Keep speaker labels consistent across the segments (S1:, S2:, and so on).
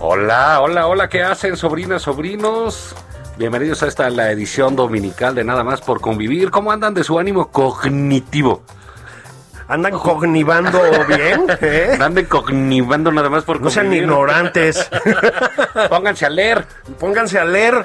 S1: Hola, hola, hola, ¿qué hacen sobrinas, sobrinos? Bienvenidos a esta la edición dominical de Nada más por convivir. ¿Cómo andan de su ánimo cognitivo?
S2: Andan cognivando bien, ¿eh?
S1: Anden cognivando nada más por
S2: No sean
S1: convivir.
S2: ignorantes.
S1: Pónganse a leer.
S2: Pónganse a leer.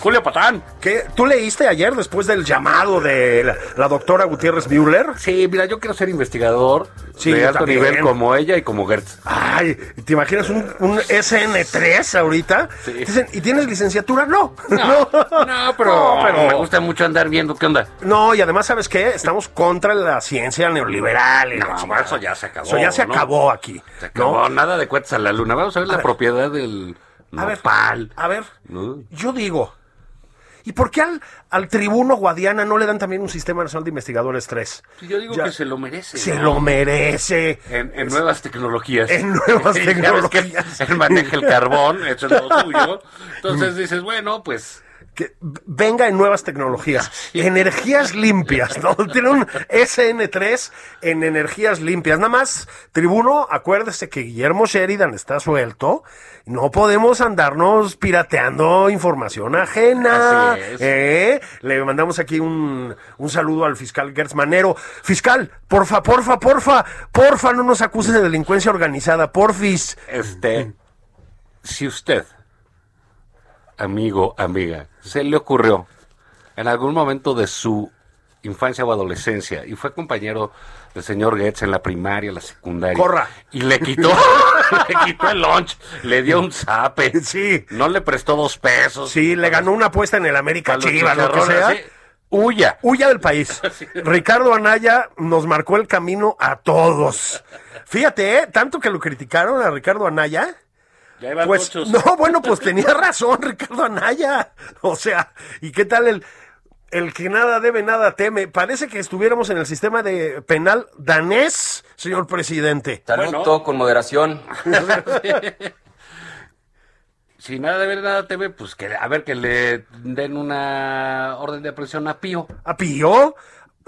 S1: Julio Patán.
S2: ¿Qué? ¿Tú leíste ayer después del llamado de la, la doctora Gutiérrez Müller?
S1: Sí, mira, yo quiero ser investigador
S2: Sí,
S1: de
S2: yo
S1: alto
S2: también.
S1: nivel como ella y como Gertz.
S2: Ay, ¿te imaginas un, un SN3 ahorita?
S1: Sí.
S2: Dicen, ¿y tienes licenciatura? No.
S1: No, no, pero,
S2: No, pero-
S1: me gusta mucho andar viendo qué onda.
S2: No, y además, ¿sabes qué? Estamos contra la ciencia neoliberal. y la
S1: No,
S2: chingada.
S1: eso ya se acabó,
S2: Eso ya se
S1: ¿no?
S2: acabó aquí.
S1: Se acabó, nada de cuentas a la luna. Vamos a ver la
S2: ver.
S1: propiedad del
S2: A ver,
S1: nopal.
S2: a ver,
S1: No.
S2: yo digo, ¿y por qué al, al tribuno Guadiana no le dan también un sistema nacional de investigadores 3?
S1: Yo digo
S2: Ya.
S1: que se lo merece.
S2: Se
S1: ¿no?
S2: lo merece.
S1: En, en nuevas tecnologías.
S2: En nuevas
S1: Ya ves
S2: tecnologías. Mm.
S1: que Él maneja el carbón, eso es lo suyo. Entonces dices, bueno, pues.
S2: Que v- venga en nuevas tecnologías. Energías limpias, ¿no? Tiene un SN3 en energías limpias. Nada más, tribuno, acuérdese que Guillermo Sheridan está suelto. No podemos andarnos pirateando información ajena.
S1: Así es.
S2: ¿eh? Le mandamos aquí un, un saludo al fiscal Gertz Manero. Fiscal, porfa, porfa, porfa, porfa, no nos acuses de delincuencia organizada, porfis. Mm.
S1: Este. Si usted, amigo, amiga, se le ocurrió en algún momento de su infancia o adolescencia y fue compañero del señor Goetz en la primaria, la secundaria.
S2: Corra.
S1: Y le quitó, le quitó el lunch, le dio un zape.
S2: Sí.
S1: No le prestó dos pesos.
S2: Sí, le ganó una apuesta en el América
S1: Para los
S2: Chivas, lo que
S1: chicharrones,
S2: sea.
S1: sí. Huya.
S2: Huya del país. Ricardo Anaya nos marcó el camino a todos. Fíjate, ¿eh? tanto que lo criticaron a Ricardo Anaya.
S1: Ya iban
S2: Pues,
S1: muchos.
S2: no, bueno, pues tenía razón Ricardo Anaya. O sea, ¿y qué tal el, el que nada debe, nada teme? Parece que estuviéramos en el sistema de penal danés, señor presidente.
S3: Salud
S1: Bueno.
S3: todo con moderación.
S1: Si nada de verdad te ve, pues que a ver que le den una orden de aprehensión a Pío.
S2: ¿A Pío?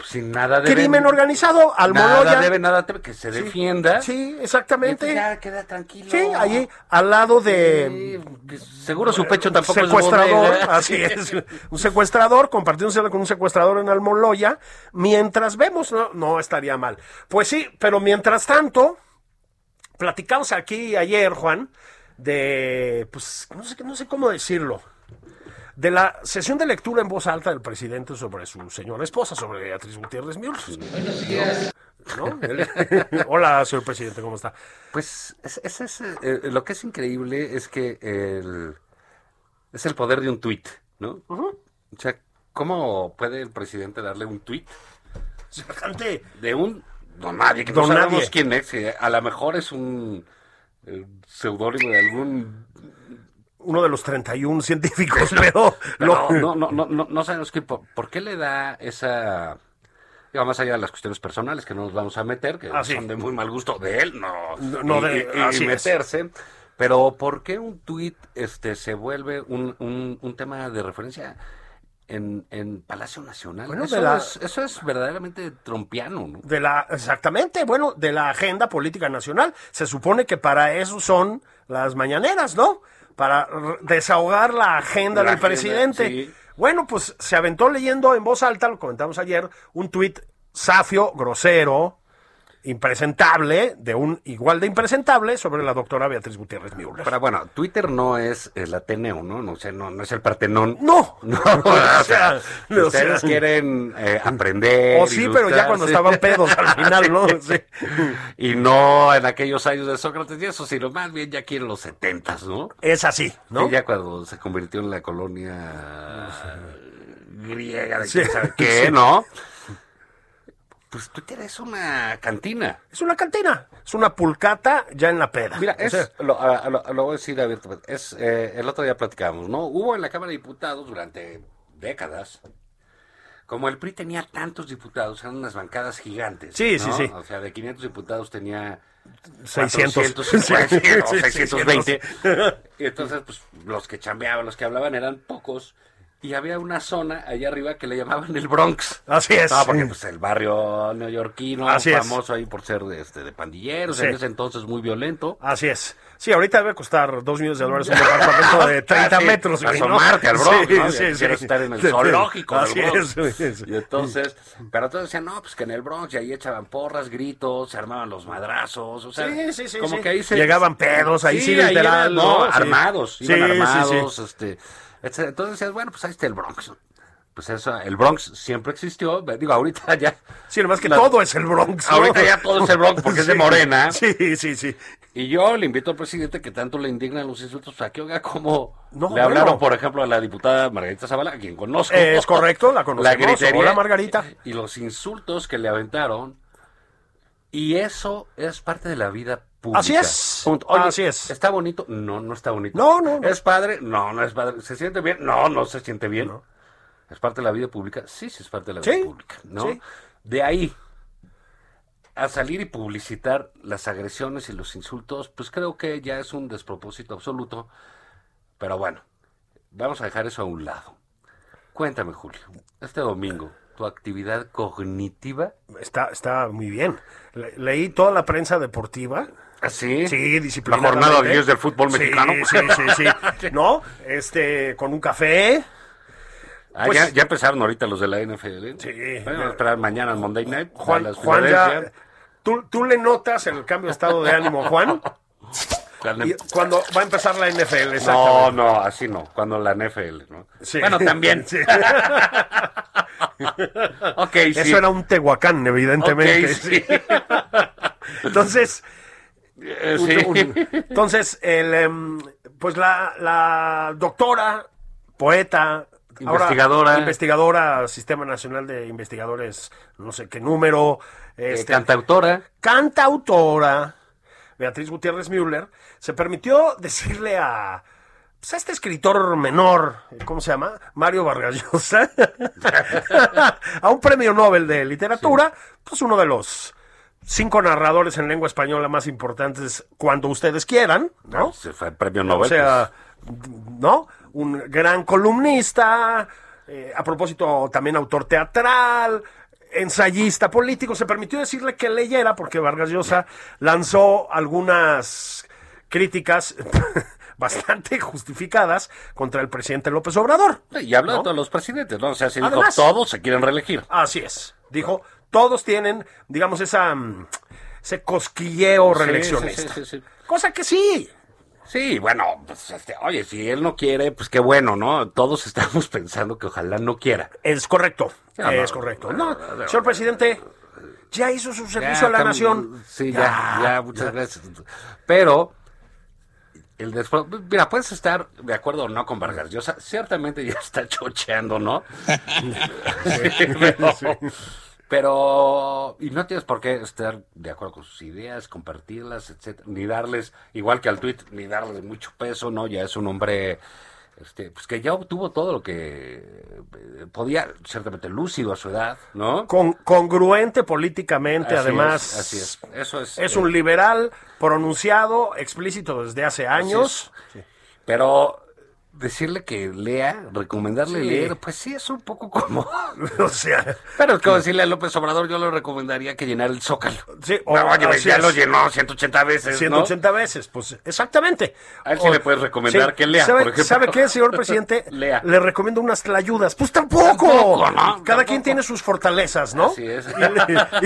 S1: Sin nada de
S2: Crimen organizado, al
S1: Nada
S2: Moloya.
S1: debe, nada te ve, que se defienda.
S2: Sí,
S1: Y entonces
S2: exactamente.
S1: ya queda tranquilo.
S2: Sí, allí al lado de...
S1: Sí, que seguro su pecho tampoco
S2: secuestrador,
S1: es bodega.
S2: así es, un secuestrador compartió un celda con un secuestrador en Almoloya, mientras vemos, no, no estaría mal. Pues sí, pero mientras tanto, platicamos aquí ayer, Juan, de, pues, no sé, no sé cómo decirlo, de la sesión de lectura en voz alta del presidente sobre su señora esposa, sobre Beatriz Gutiérrez Müller. ¿No? Él- Hola, señor presidente, ¿cómo está?
S1: Pues es, es- es, eh, lo que es increíble es que el, es el poder de un tuit, ¿no? O sea, ¿cómo puede el presidente darle un tuit
S2: Semejante
S1: de un don nadie que
S2: Don
S1: no sabemos
S2: nadie.
S1: quién es, eh, a lo mejor es un eh, seudónimo de algún
S2: Uno de los 31 científicos, pero...
S1: no, no,
S2: lo-
S1: no, no, no, no sabemos qué, por, por qué le da esa digo, más allá de las cuestiones personales que no nos vamos a meter, que
S2: Ah, sí.
S1: son de muy mal gusto de él, no,
S2: No, no
S1: y-
S2: de-
S1: y- y
S2: así es.
S1: meterse. Pero ¿por qué un tuit este, se vuelve un, un, un tema de referencia en, en Palacio Nacional?
S2: Bueno,
S1: eso,
S2: de la-
S1: es, eso es verdaderamente trompiano, ¿no?
S2: De la, exactamente, bueno, de la agenda política nacional. Se supone que para eso son las mañaneras, ¿no? Para r- desahogar la agenda
S1: La
S2: del
S1: agenda,
S2: presidente.
S1: sí.
S2: Bueno, pues se aventó leyendo en voz alta, lo comentamos ayer, un tuit safio, grosero, impresentable de un igual de impresentable sobre la doctora Beatriz Gutiérrez Müller.
S1: Pero bueno, Twitter no es el Ateneo, ¿no? No, sé, no, no es el Partenón.
S2: No.
S1: No, o sea,
S2: O sea,
S1: ustedes quieren eh, aprender.
S2: O sí, pero ya cuando
S1: ilustrarse.
S2: estaban pedos al final, ¿no? Sí.
S1: Y no en aquellos años de Sócrates y eso, sino más bien ya aquí en los setentas, ¿no?
S2: Es así, ¿no?
S1: Sí, ya cuando se convirtió en la colonia griega de
S2: Sí.
S1: quién sabe qué,
S2: Sí.
S1: ¿no? Pues Twitter es una cantina.
S2: Es una cantina, es una pulcata ya en la peda.
S1: Mira,
S2: O
S1: es,
S2: sea,
S1: lo, a- a- lo- lo voy a decir abiertamente. Es, eh, el otro día platicábamos, ¿no? Hubo en la Cámara de Diputados durante décadas, como el PRI tenía tantos diputados, eran unas bancadas gigantes.
S2: Sí, sí,
S1: ¿no?
S2: sí.
S1: O sea, de 500 diputados tenía
S2: 600.
S1: 450,
S2: Sí,
S1: o
S2: sí,
S1: 620. Y entonces, pues, los que chambeaban, los que hablaban eran pocos. Y había una zona allá arriba que le llamaban el Bronx.
S2: Así es.
S1: No, porque pues el barrio neoyorquino,
S2: Ah, Así es.
S1: famoso ahí por ser de, este, de pandilleros,
S2: Sí.
S1: en ese entonces muy violento.
S2: Así es. Sí, ahorita debe costar dos millones de dólares un departamento de 30
S1: Ah, sí,
S2: metros. güey, ¿no?
S1: Asomarte al Bronx,
S2: Sí,
S1: ¿no?
S2: sí, sí.
S1: Quieres estar en el
S2: Sí, sí.
S1: zoológico del
S2: Así
S1: Bronx.
S2: es, güey, sí.
S1: Y entonces, pero entonces decían, no, pues que en el Bronx y ahí echaban porras, gritos, se armaban los madrazos, o sea,
S2: Sí, sí, sí,
S1: como
S2: sí.
S1: que ahí se...
S2: Llegaban pedos, ahí sí, literal,
S1: eran, ¿no?
S2: ¿no? Sí.
S1: Armados, iban
S2: Sí, sí, sí.
S1: armados, este, etcétera. Entonces decías, bueno, pues ahí está el Bronx. Pues eso, el Bronx siempre existió, digo, ahorita ya...
S2: Sí, lo más que
S1: la-
S2: todo es el Bronx. ¿no?
S1: Ahorita ya todo es el Bronx porque es de
S2: Sí.
S1: Morena.
S2: Sí, sí, sí.
S1: Y yo le invito al presidente que tanto le indignan los insultos a que oiga cómo
S2: No,
S1: le hablaron,
S2: bueno.
S1: por ejemplo, a la diputada Margarita Zavala, a quien conozco.
S2: Es correcto, la conocemos. Hola, Margarita.
S1: Y los insultos que le aventaron. Y eso es parte de la vida pública.
S2: Así es,
S1: Punto. Oye,
S2: así es.
S1: ¿Está bonito? No, no está bonito.
S2: No, no, no.
S1: ¿Es padre? No, no es padre. ¿Se siente bien? No, no se siente bien. ¿Es parte de la vida pública? Sí, sí es parte de la
S2: Sí,
S1: vida pública. ¿no?
S2: sí.
S1: De ahí a salir y publicitar las agresiones y los insultos, pues creo que ya es un despropósito absoluto. Pero bueno, vamos a dejar eso a un lado. Cuéntame, Julio, este domingo, tu actividad cognitiva.
S2: Está, está muy bien. Le- leí toda la prensa deportiva.
S1: ¿Así?
S2: Sí, disciplina.
S1: ¿Ah, La jornada de 10 del fútbol mexicano.
S2: Sí, sí, sí. sí. ¿No? Este, con un café.
S1: Ah,
S2: Pues-
S1: ya, ya empezaron ahorita los de la NFL.
S2: Sí.
S1: Bueno, ¿eh? a esperar mañana al Monday Night.
S2: Juan,
S1: Dallas,
S2: Juan ya.
S1: Filadelfia.
S2: ¿tú, tú le notas el cambio de estado de ánimo, Juan.
S1: La-
S2: Y cuando va a empezar la NFL,
S1: No,
S2: exactamente.
S1: no, así no. Cuando la NFL, ¿no?
S2: Sí.
S1: Bueno, también.
S2: Sí.
S1: Ok, sí.
S2: Eso era un Tehuacán, evidentemente.
S1: Ok, sí.
S2: Entonces,
S1: Eh,
S2: un-
S1: sí.
S2: un- entonces el, em, pues la, la doctora, poeta, ahora
S1: Investigadora.
S2: investigadora, Sistema Nacional de Investigadores, no sé qué número,
S1: Eh,
S2: este,
S1: Cantautora.
S2: cantautora Beatriz Gutiérrez Müller se permitió decirle a, pues, a este escritor menor, ¿cómo se llama? Mario Vargas Llosa, a un premio Nobel de literatura, pues uno de los cinco narradores en lengua española más importantes cuando ustedes quieran, ¿no?
S1: Se fue el premio Nobel.
S2: O sea, ¿no? Un gran columnista, eh, a propósito también autor teatral, ensayista político. Se permitió decirle que leyera porque Vargas Llosa lanzó algunas críticas bastante justificadas contra el presidente López Obrador.
S1: pues. Y habla
S2: ¿no?
S1: de todos los presidentes, ¿no? O sea, se dijo,
S2: Además-
S1: todos se quieren reelegir.
S2: Así es. Dijo, todos tienen, digamos, esa, mm, ese cosquilleo reeleccionista.
S1: sí, sí, sí.
S2: Cosa que sí.
S1: Sí, bueno, pues, este, oye, si él no quiere, pues qué bueno, ¿no? Todos estamos pensando que ojalá no quiera.
S2: Es correcto,
S1: Ah,
S2: es
S1: no,
S2: correcto.
S1: no, no,
S2: No,
S1: no,
S2: señor
S1: no.
S2: presidente, ya hizo su servicio
S1: Ya,
S2: a la
S1: cam-
S2: nación.
S1: Sí, ya, ya, muchas gracias. Pero, el después, mira, puedes estar de acuerdo o no con Vargas Llosa, ciertamente ya está chocheando, ¿no? Sí, pero, pero- y no tienes por qué estar de acuerdo con sus ideas, compartirlas, etcétera, ni darles, igual que al tweet, ni darles mucho peso, ¿no? Ya es un hombre. Este, pues que ya obtuvo todo lo que eh, podía, ciertamente lúcido a su edad, ¿no?
S2: Con- congruente políticamente,
S1: Así
S2: además.
S1: es, así es. Eso es.
S2: Es
S1: eh,
S2: un liberal pronunciado, explícito desde hace años.
S1: Pero decirle que lea, recomendarle
S2: Sí.
S1: leer, pues sí, es un poco como...
S2: O sea,
S1: Pero es como decirle a López Obrador, yo le recomendaría que llenara el Zócalo.
S2: sí, o-
S1: No, ya-
S2: así
S1: ya
S2: es.
S1: lo llenó 180 veces, ¿no?
S2: 180 veces, pues exactamente.
S1: A él sí le puedes recomendar que lea,
S2: ¿Sabe,
S1: por ejemplo.
S2: ¿sabe qué, señor presidente?
S1: Lea.
S2: Le recomiendo unas tlayudas. Pues tampoco.
S1: Tampoco, ¿no?
S2: Cada
S1: Tampoco.
S2: quien tiene sus fortalezas, ¿no?
S1: Así es.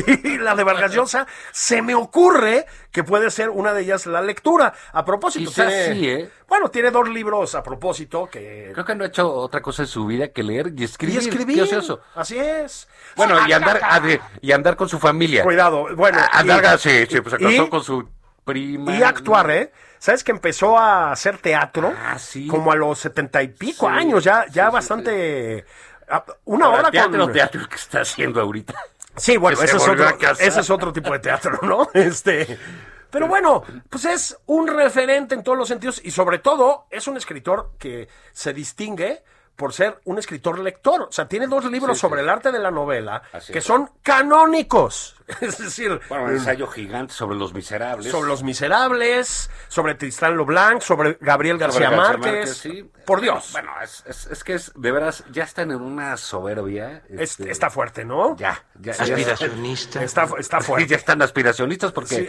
S2: Y, y la de Vargas Llosa, se me ocurre que puede ser una de ellas la lectura. A propósito,
S1: Quizás
S2: tiene,
S1: sí, ¿eh?
S2: bueno, tiene dos libros a propósito que...
S1: Creo que no ha hecho otra cosa en su vida que leer y escribir.
S2: Y escribir.
S1: Qué ocioso.
S2: Así es.
S1: Bueno, y andar, a de- y andar con su familia.
S2: Cuidado. Bueno,
S1: A-
S2: y-
S1: andar, sí, sí, pues se casó
S2: y-
S1: con su prima.
S2: Y actuar, ¿eh? ¿Sabes que empezó a hacer teatro?
S1: Ah, sí.
S2: Como a los setenta y pico
S1: Sí,
S2: años, ya, ya
S1: sí, sí,
S2: bastante... ah, Una
S1: Ahora,
S2: hora
S1: teatro,
S2: con...
S1: teatro que está haciendo ahorita.
S2: Sí, bueno,
S1: que se
S2: ese es,
S1: volvió a
S2: otro,
S1: casar.
S2: ese es otro tipo de teatro, ¿no? Este... Pero bueno, pues es un referente en todos los sentidos y sobre todo es un escritor que se distingue por ser un escritor lector. O sea, tiene dos libros
S1: Sí, sí.
S2: sobre el arte de la novela
S1: Así
S2: que
S1: es.
S2: son canónicos. Es decir,
S1: Bueno, un ensayo gigante sobre los miserables.
S2: sobre Los Miserables, sobre Tristán Leblanc, sobre Gabriel
S1: Sobre
S2: García,
S1: García
S2: Márquez.
S1: Márquez, sí.
S2: Por Dios.
S1: Bueno, es, es- es que es, de veras, ya están en una soberbia.
S2: Es-
S1: este,
S2: está fuerte, ¿no?
S1: Ya, ya, ya-
S3: Aspiracionista.
S2: Está, fu- está
S1: Sí, ya
S2: fuerte.
S1: están aspiracionistas porque
S2: Sí.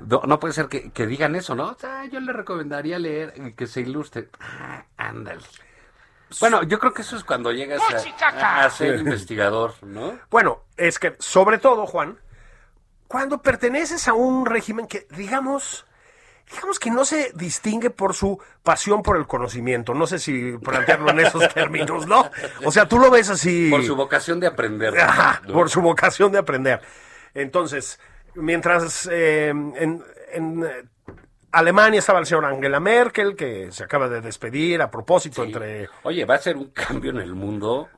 S1: no, no puede ser que, que digan eso, ¿no? O sea, "Ah, yo le recomendaría leer y que se ilustre. Ah, ándale. Bueno, yo creo que eso es cuando llegas a, a ser investigador, ¿no?
S2: Bueno, es que, sobre todo, Juan, cuando perteneces a un régimen que, digamos, digamos que no se distingue por su pasión por el conocimiento. No sé si plantearlo en esos términos, ¿no? O sea, tú lo ves así.
S1: Por su vocación de aprender.
S2: Ajá,
S1: ¿no?
S2: por su vocación de aprender. Entonces, mientras eh, en, en, eh, Alemania estaba el señor Angela Merkel, que se acaba de despedir a propósito
S1: Sí.
S2: entre,
S1: Oye, va a ser un cambio en el mundo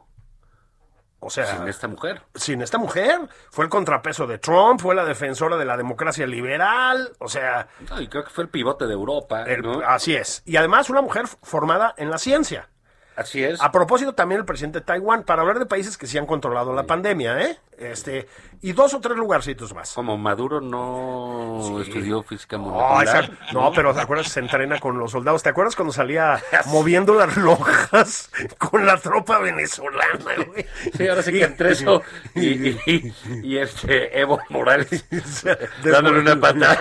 S2: o sea,
S1: sin esta mujer.
S2: sin esta mujer, fue el contrapeso de Trump, fue la defensora de la democracia liberal, o sea,
S1: No, y creo que fue el pivote de Europa,
S2: el-
S1: ¿no?
S2: así es. Y además una mujer formada en la ciencia.
S1: Así es.
S2: A propósito, también el presidente de Taiwán, para hablar de países que sí han controlado la pandemia, ¿eh? Este, y dos o tres lugarcitos más.
S1: Como Maduro no estudió física
S2: No,
S1: molecular.
S2: esa- no, pero ¿te acuerdas? Se entrena con los soldados. ¿Te acuerdas cuando salía moviendo las lojas con la tropa venezolana, güey?
S1: Sí, ahora sí que entre eso y, y- y este Evo Morales dándole una patada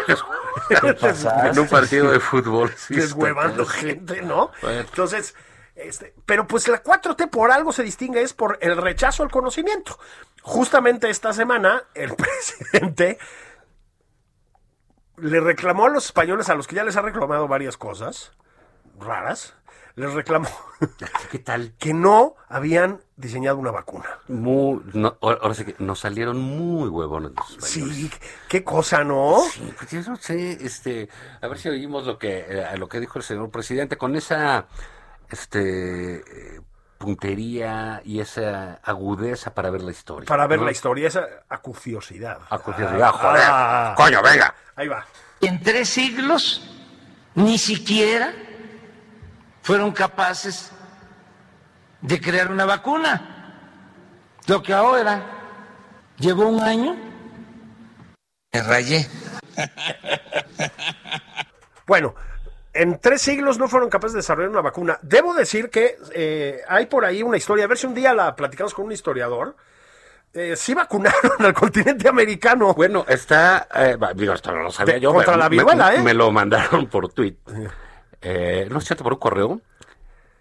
S1: en un partido de fútbol. Sí,
S2: Deshuevando
S1: está-
S2: gente, ¿no?
S1: Bueno.
S2: Entonces, este, pero pues la 4T por algo se distingue es por el rechazo al conocimiento. Justamente esta semana, el presidente le reclamó a los españoles, a los que ya les ha reclamado varias cosas raras, les reclamó
S1: ¿Qué tal?
S2: que no habían diseñado una vacuna.
S1: Muy, no, ahora ahora sí que nos salieron muy huevones. los españoles.
S2: Sí, qué cosa, ¿no?
S1: Sí, pues yo no sé, este, a ver si oímos lo que, eh, lo que dijo el señor presidente con esa, este, eh, puntería y esa agudeza para ver la historia.
S2: Para ver
S1: ¿no?
S2: la historia, esa acuciosidad.
S1: Acuciosidad,
S2: Ah,
S1: joder.
S2: ah,
S1: Coño, venga.
S2: ahí va.
S3: En tres siglos ni siquiera fueron capaces de crear una vacuna. Lo que ahora llevó un año. Me rayé.
S2: Bueno, en tres siglos no fueron capaces de desarrollar una vacuna. Debo decir que eh, hay por ahí una historia, a ver si un día la platicamos con un historiador. Eh, sí vacunaron al continente americano.
S1: Bueno, está, eh, va- digo, esto no lo sabía
S2: De-
S1: yo.
S2: contra
S1: pero
S2: la
S1: me-
S2: viruela,
S1: me,
S2: ¿eh?
S1: Me lo mandaron por tweet. Eh, no es cierto, por un correo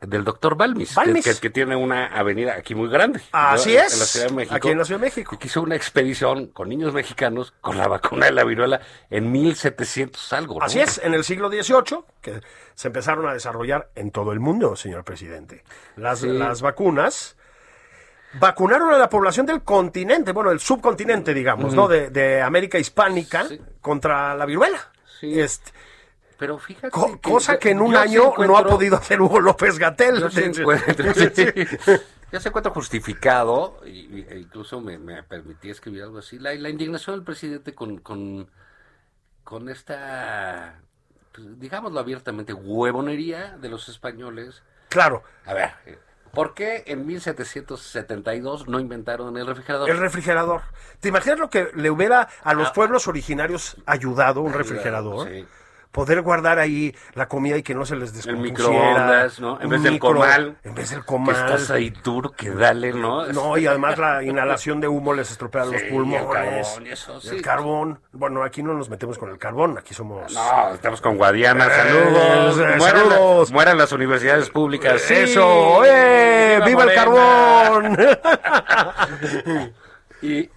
S1: del doctor Balmis, que-
S2: Balmis.
S1: Que, que tiene una avenida aquí muy grande.
S2: Así
S1: ¿no?
S2: es,
S1: En la Ciudad de México.
S2: aquí en la Ciudad de México.
S1: Y que hizo una expedición con niños mexicanos con la vacuna de la viruela en 1700 algo. ¿no?
S2: Así es, en el siglo XVIII, que se empezaron a desarrollar en todo el mundo, señor presidente, las,
S1: Sí.
S2: las vacunas. Vacunaron a la población del continente, bueno, el subcontinente, digamos, ¿no? De, de América hispánica
S1: Sí.
S2: contra la viruela.
S1: Sí.
S2: Este,
S1: Pero fíjate.
S2: co- cosa
S1: yo-
S2: que en un
S1: yo sí
S2: año no ha
S1: encuentro-
S2: podido hacer Hugo López Gatel.
S1: Yo sí encuentro, sí. Yo sí encuentro justificado, y, y- e incluso me, me permití escribir algo así, la, la indignación del presidente con, con, con esta, pues, digámoslo abiertamente, huevonería de los españoles.
S2: Claro,
S1: A ver, eh, ¿por qué en 1772 no inventaron el refrigerador?
S2: el refrigerador. ¿Te imaginas lo que le hubiera a los
S1: Ah.
S2: pueblos originarios ayudado un refrigerador?
S1: Sí.
S2: poder guardar ahí la comida y que no se les
S1: El
S2: descompusiera.
S1: microondas, ¿no? En
S2: Un
S1: vez del
S2: micro-
S1: comal.
S2: En vez del
S1: Que
S2: comal.
S1: estás ahí duro, que dale, ¿no?
S2: No, y además la inhalación de humo les estropea los
S1: Sí, el
S2: pulmones.
S1: carbón, eso sí.
S2: El carbón. Bueno, aquí no nos metemos con el carbón, aquí somos...
S1: No, estamos con Guadiana, saludos.
S2: eh,
S1: mueran,
S2: saludos.
S1: mueran las universidades públicas. Sí,
S2: ¡Eso! ¡Eh! ¡Viva, el
S1: Morena!
S2: carbón!
S1: ¿Y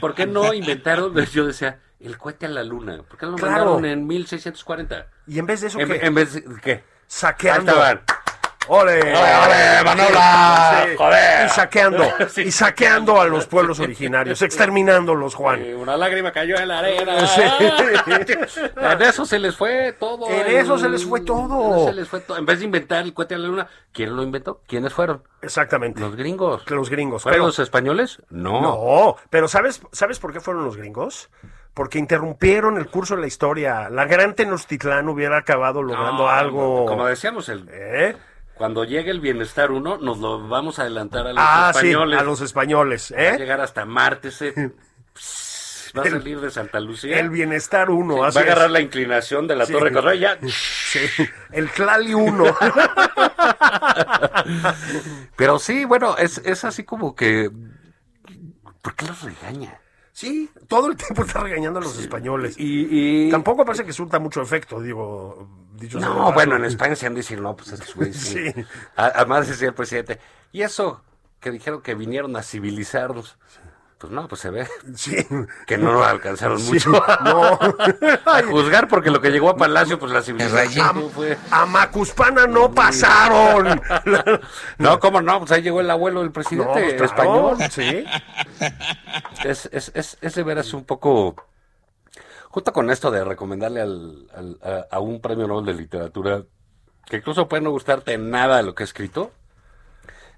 S1: por qué no inventaron, Pues yo decía, el cohete a la luna? ¿Por qué no lo
S2: Claro.
S1: mandaron en 1640?
S2: y en vez de eso,
S1: En,
S2: ¿qué?
S1: en vez de, ¿qué?
S2: saqueando.
S1: Ahí estaban.
S2: ¡Ole!
S1: ¡Ole, Manola! ¡Joder!
S2: Y saqueando, y saqueando a los pueblos originarios, exterminándolos, Juan.
S1: Eh, Una lágrima cayó en la arena.
S2: Sí.
S1: En eso se les fue todo.
S2: En eso se les fue todo.
S1: en eso se les fue todo. En vez de inventar el cohete a la luna, ¿quién lo inventó? ¿Quiénes fueron?
S2: Exactamente.
S1: Los gringos.
S2: Los gringos,
S1: ¿Fueron
S2: pero-
S1: los españoles? No.
S2: No, pero ¿sabes, ¿sabes por qué fueron los gringos? Porque interrumpieron el curso de la historia. La gran Tenochtitlán hubiera acabado logrando
S1: No,
S2: algo.
S1: Como decíamos, el,
S2: ¿Eh?
S1: cuando llegue el bienestar uno, nos lo vamos a adelantar a los
S2: Ah,
S1: españoles.
S2: sí, a los españoles. ¿eh?
S1: Va a llegar hasta Marte. ese- va a
S2: El-
S1: salir de Santa Lucía.
S2: El bienestar uno.
S1: va a
S2: así es.
S1: agarrar la inclinación de la Torre Corral. Ya.
S2: Sí, el Tlali uno.
S1: Pero sí, bueno, es, es así como que. ¿Por qué los regaña?
S2: sí, todo el tiempo está regañando a los españoles.
S1: Y. y-
S2: Tampoco parece que surta mucho efecto, digo, dicho sea de
S1: No,
S2: paso.
S1: bueno, en España se han de decir, no, pues esos güeyes. Sí.
S2: Sí.
S1: A- Además decía el presidente, y eso que dijeron que vinieron a civilizarnos. Pues no, pues se ve
S2: Sí.
S1: que no lo alcanzaron
S2: Sí,
S1: mucho.
S2: No.
S1: A juzgar porque lo que llegó a Palacio, pues la
S3: rayé.
S1: civilización fue.
S2: A Macuspana no pasaron.
S1: No, ¿cómo no? Pues ahí llegó el abuelo del presidente
S2: No, pues, claro,
S1: Este español.
S2: Sí.
S1: Es, es, es, es de veras un poco. Junto con esto de recomendarle al, al- a, a un premio Nobel de literatura, que incluso puede no gustarte nada de lo que ha escrito,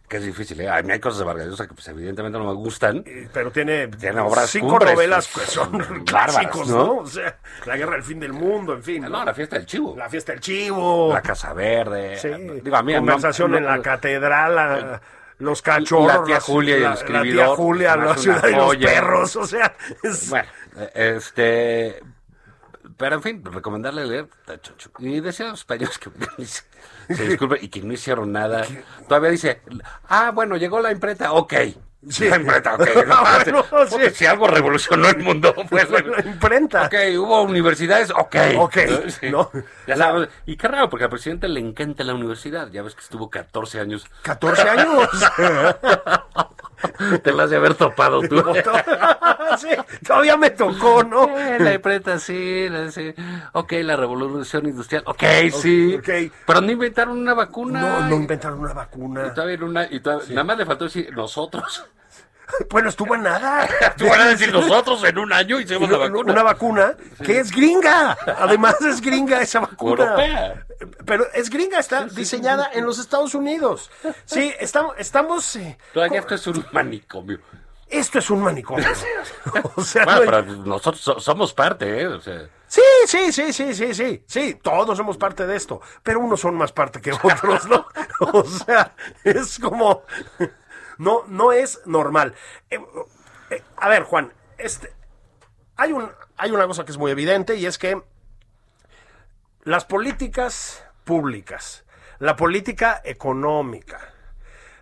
S1: que es difícil. ¿eh? A mí hay cosas de Vargas Llosa que, pues, evidentemente no me gustan.
S2: Pero tiene,
S1: Tiene obras
S2: cinco
S1: cumbres,
S2: novelas que
S1: pues,
S2: son
S1: bárbaras,
S2: clásicos,
S1: ¿no?
S2: ¿no? O sea, La Guerra del Fin del Mundo, en fin.
S1: No, la fiesta del chivo.
S2: La Fiesta del Chivo.
S1: La Casa Verde.
S2: sí.
S1: Digo, a mí-
S2: Conversación
S1: no-
S2: en la
S1: no-
S2: catedral. la- los cachorros.
S1: la tía
S2: las-
S1: Julia y el
S2: la- La tía
S1: escribidor,
S2: Julia,
S1: pues,
S2: la
S1: es una
S2: ciudad de los
S1: joya.
S2: perros. O sea, es-
S1: Bueno, eh, este. Pero en fin, recomendarle leer. está choncho. Y decía a los españoles que se disculpen y que no hicieron nada. Todavía dice, ah, bueno, llegó la imprenta, ok.
S2: Sí.
S1: La imprenta, ok.
S2: Ah, bueno,
S1: Puta,
S2: sí.
S1: Si algo revolucionó el mundo, pues.
S2: Fue la imprenta.
S1: Ok, hubo universidades, ok.
S2: Ok,
S1: Sí.
S2: ¿no?
S1: Ya sabes, Y qué raro, porque al presidente le encanta la universidad. Ya ves que estuvo 14 años.
S2: 14 años.
S1: Te la has de haber topado tú.
S2: Sí, todavía me tocó, ¿no?
S1: Eh, la imprenta, sí, la- sí. Ok, la revolución industrial. Ok, sí.
S2: ok.
S1: Pero no inventaron una vacuna.
S2: No, no
S1: Y-
S2: inventaron una vacuna.
S1: y todavía en una- y todavía- Nada más le faltó decir nosotros.
S2: Bueno, estuvo en nada.
S1: Tú van a decir nosotros en un año hicimos la vacuna.
S2: Una vacuna que es gringa. Además es gringa esa vacuna.
S1: Europea.
S2: Pero es gringa, está diseñada en los Estados Unidos. Sí, estamos... estamos eh,
S1: Todavía
S2: co-
S1: esto es un manicomio.
S2: Esto es un manicomio. O sea,
S1: Bueno,
S2: no
S1: pero
S2: hay-
S1: nosotros so- somos parte, ¿eh? O sea,
S2: sí, sí, sí, sí, sí, sí, sí, todos somos parte de esto, pero unos son más parte que otros, ¿no? O sea, es como, no, no es normal. Eh, eh, a ver, Juan, este, hay, un, hay una cosa que es muy evidente y es que las políticas públicas, la política económica,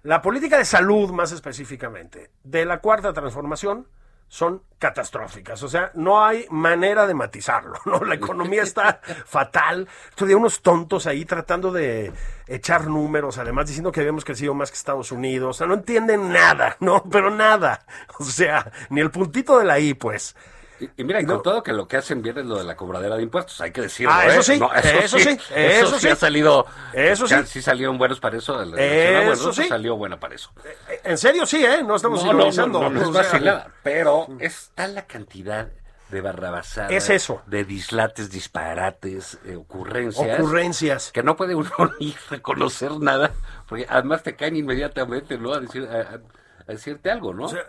S2: la política de salud más específicamente, de la cuarta transformación, son catastróficas. O sea, no hay manera de matizarlo, ¿no? La economía está fatal. Estuve unos tontos ahí tratando de echar números, además diciendo que habíamos crecido más que Estados Unidos. O sea, no entienden nada, ¿no? Pero nada. O sea, ni el puntito de la I, pues.
S1: y, y mira, y con todo que lo que hacen bien es lo de la cobradera de impuestos, hay que decirlo.
S2: Ah,
S1: ¿eh?
S2: eso sí, eso sí,
S1: eso,
S2: eso
S1: sí
S2: sí.
S1: ha salido.
S2: Eso sí.
S1: Sí salieron buenos para eso. la- la-
S2: Eso
S1: bueno,
S2: sí.
S1: Salió buena para eso.
S2: Eh, En serio, sí, ¿eh? No estamos ironizando.
S1: No, no, no, no
S2: O
S1: es
S2: sea,
S1: vacilada, pero es tal la cantidad de barrabasadas.
S2: Es eso.
S1: De dislates, disparates, eh, ocurrencias.
S2: Ocurrencias.
S1: Que no puede uno ni reconocer nada, porque además te caen inmediatamente, ¿no? A, decir, a, a- a decirte algo, ¿no?
S2: sea,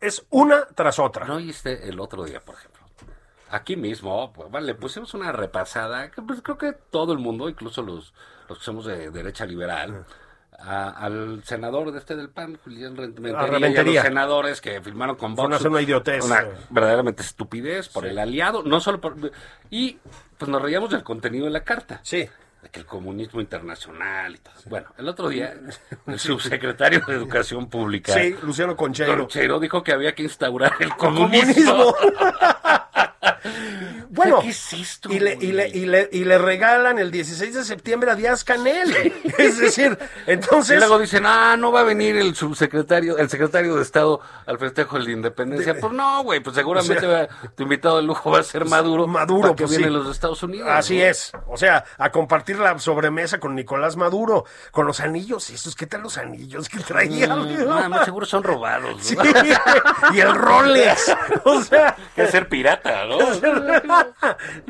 S2: Es una tras otra.
S1: No oíste el otro día, por ejemplo. Aquí mismo, pues, vale, le pusimos una repasada, que pues creo que todo el mundo, incluso los, los que somos de derecha liberal, a- al senador de este del PAN, Julián Rentería, y
S2: A
S1: a
S2: Rementería.
S1: los senadores que firmaron con
S2: Fue
S1: Vox.
S2: una- una idiotez.
S1: Una verdaderamente estupidez por el aliado, no solo por... Y pues nos reíamos del contenido de la carta.
S2: Sí.
S1: de que el comunismo internacional y todo. Bueno, el otro día el subsecretario de Educación Pública,
S2: Sí, Luciano Conchero.
S1: Conchero, dijo que había que instaurar el comunismo.
S2: Comunismo. bueno,
S1: ¿Qué es esto,
S2: y le, y, le,
S1: güey?
S2: y, le, y le regalan el 16 de septiembre a Díaz Canel. Es decir, entonces...
S1: Y luego dicen, ah, no va a venir el subsecretario, el secretario de Estado al festejo de la independencia. Pues no, güey, pues seguramente
S2: O sea, pues,
S1: va- tu invitado de lujo va a ser Maduro.
S2: Maduro,
S1: para que
S2: pues
S1: viene
S2: sí.
S1: los de Estados Unidos.
S2: Así
S1: ¿no?
S2: es, o sea, a compartir la sobremesa con Nicolás Maduro, con los anillos, esos, ¿qué tal los anillos que traía?
S1: Mm, nada más seguro son robados. ¿no?
S2: Sí, y el Rolex, o sea,
S1: Que ser pirata, ¿no?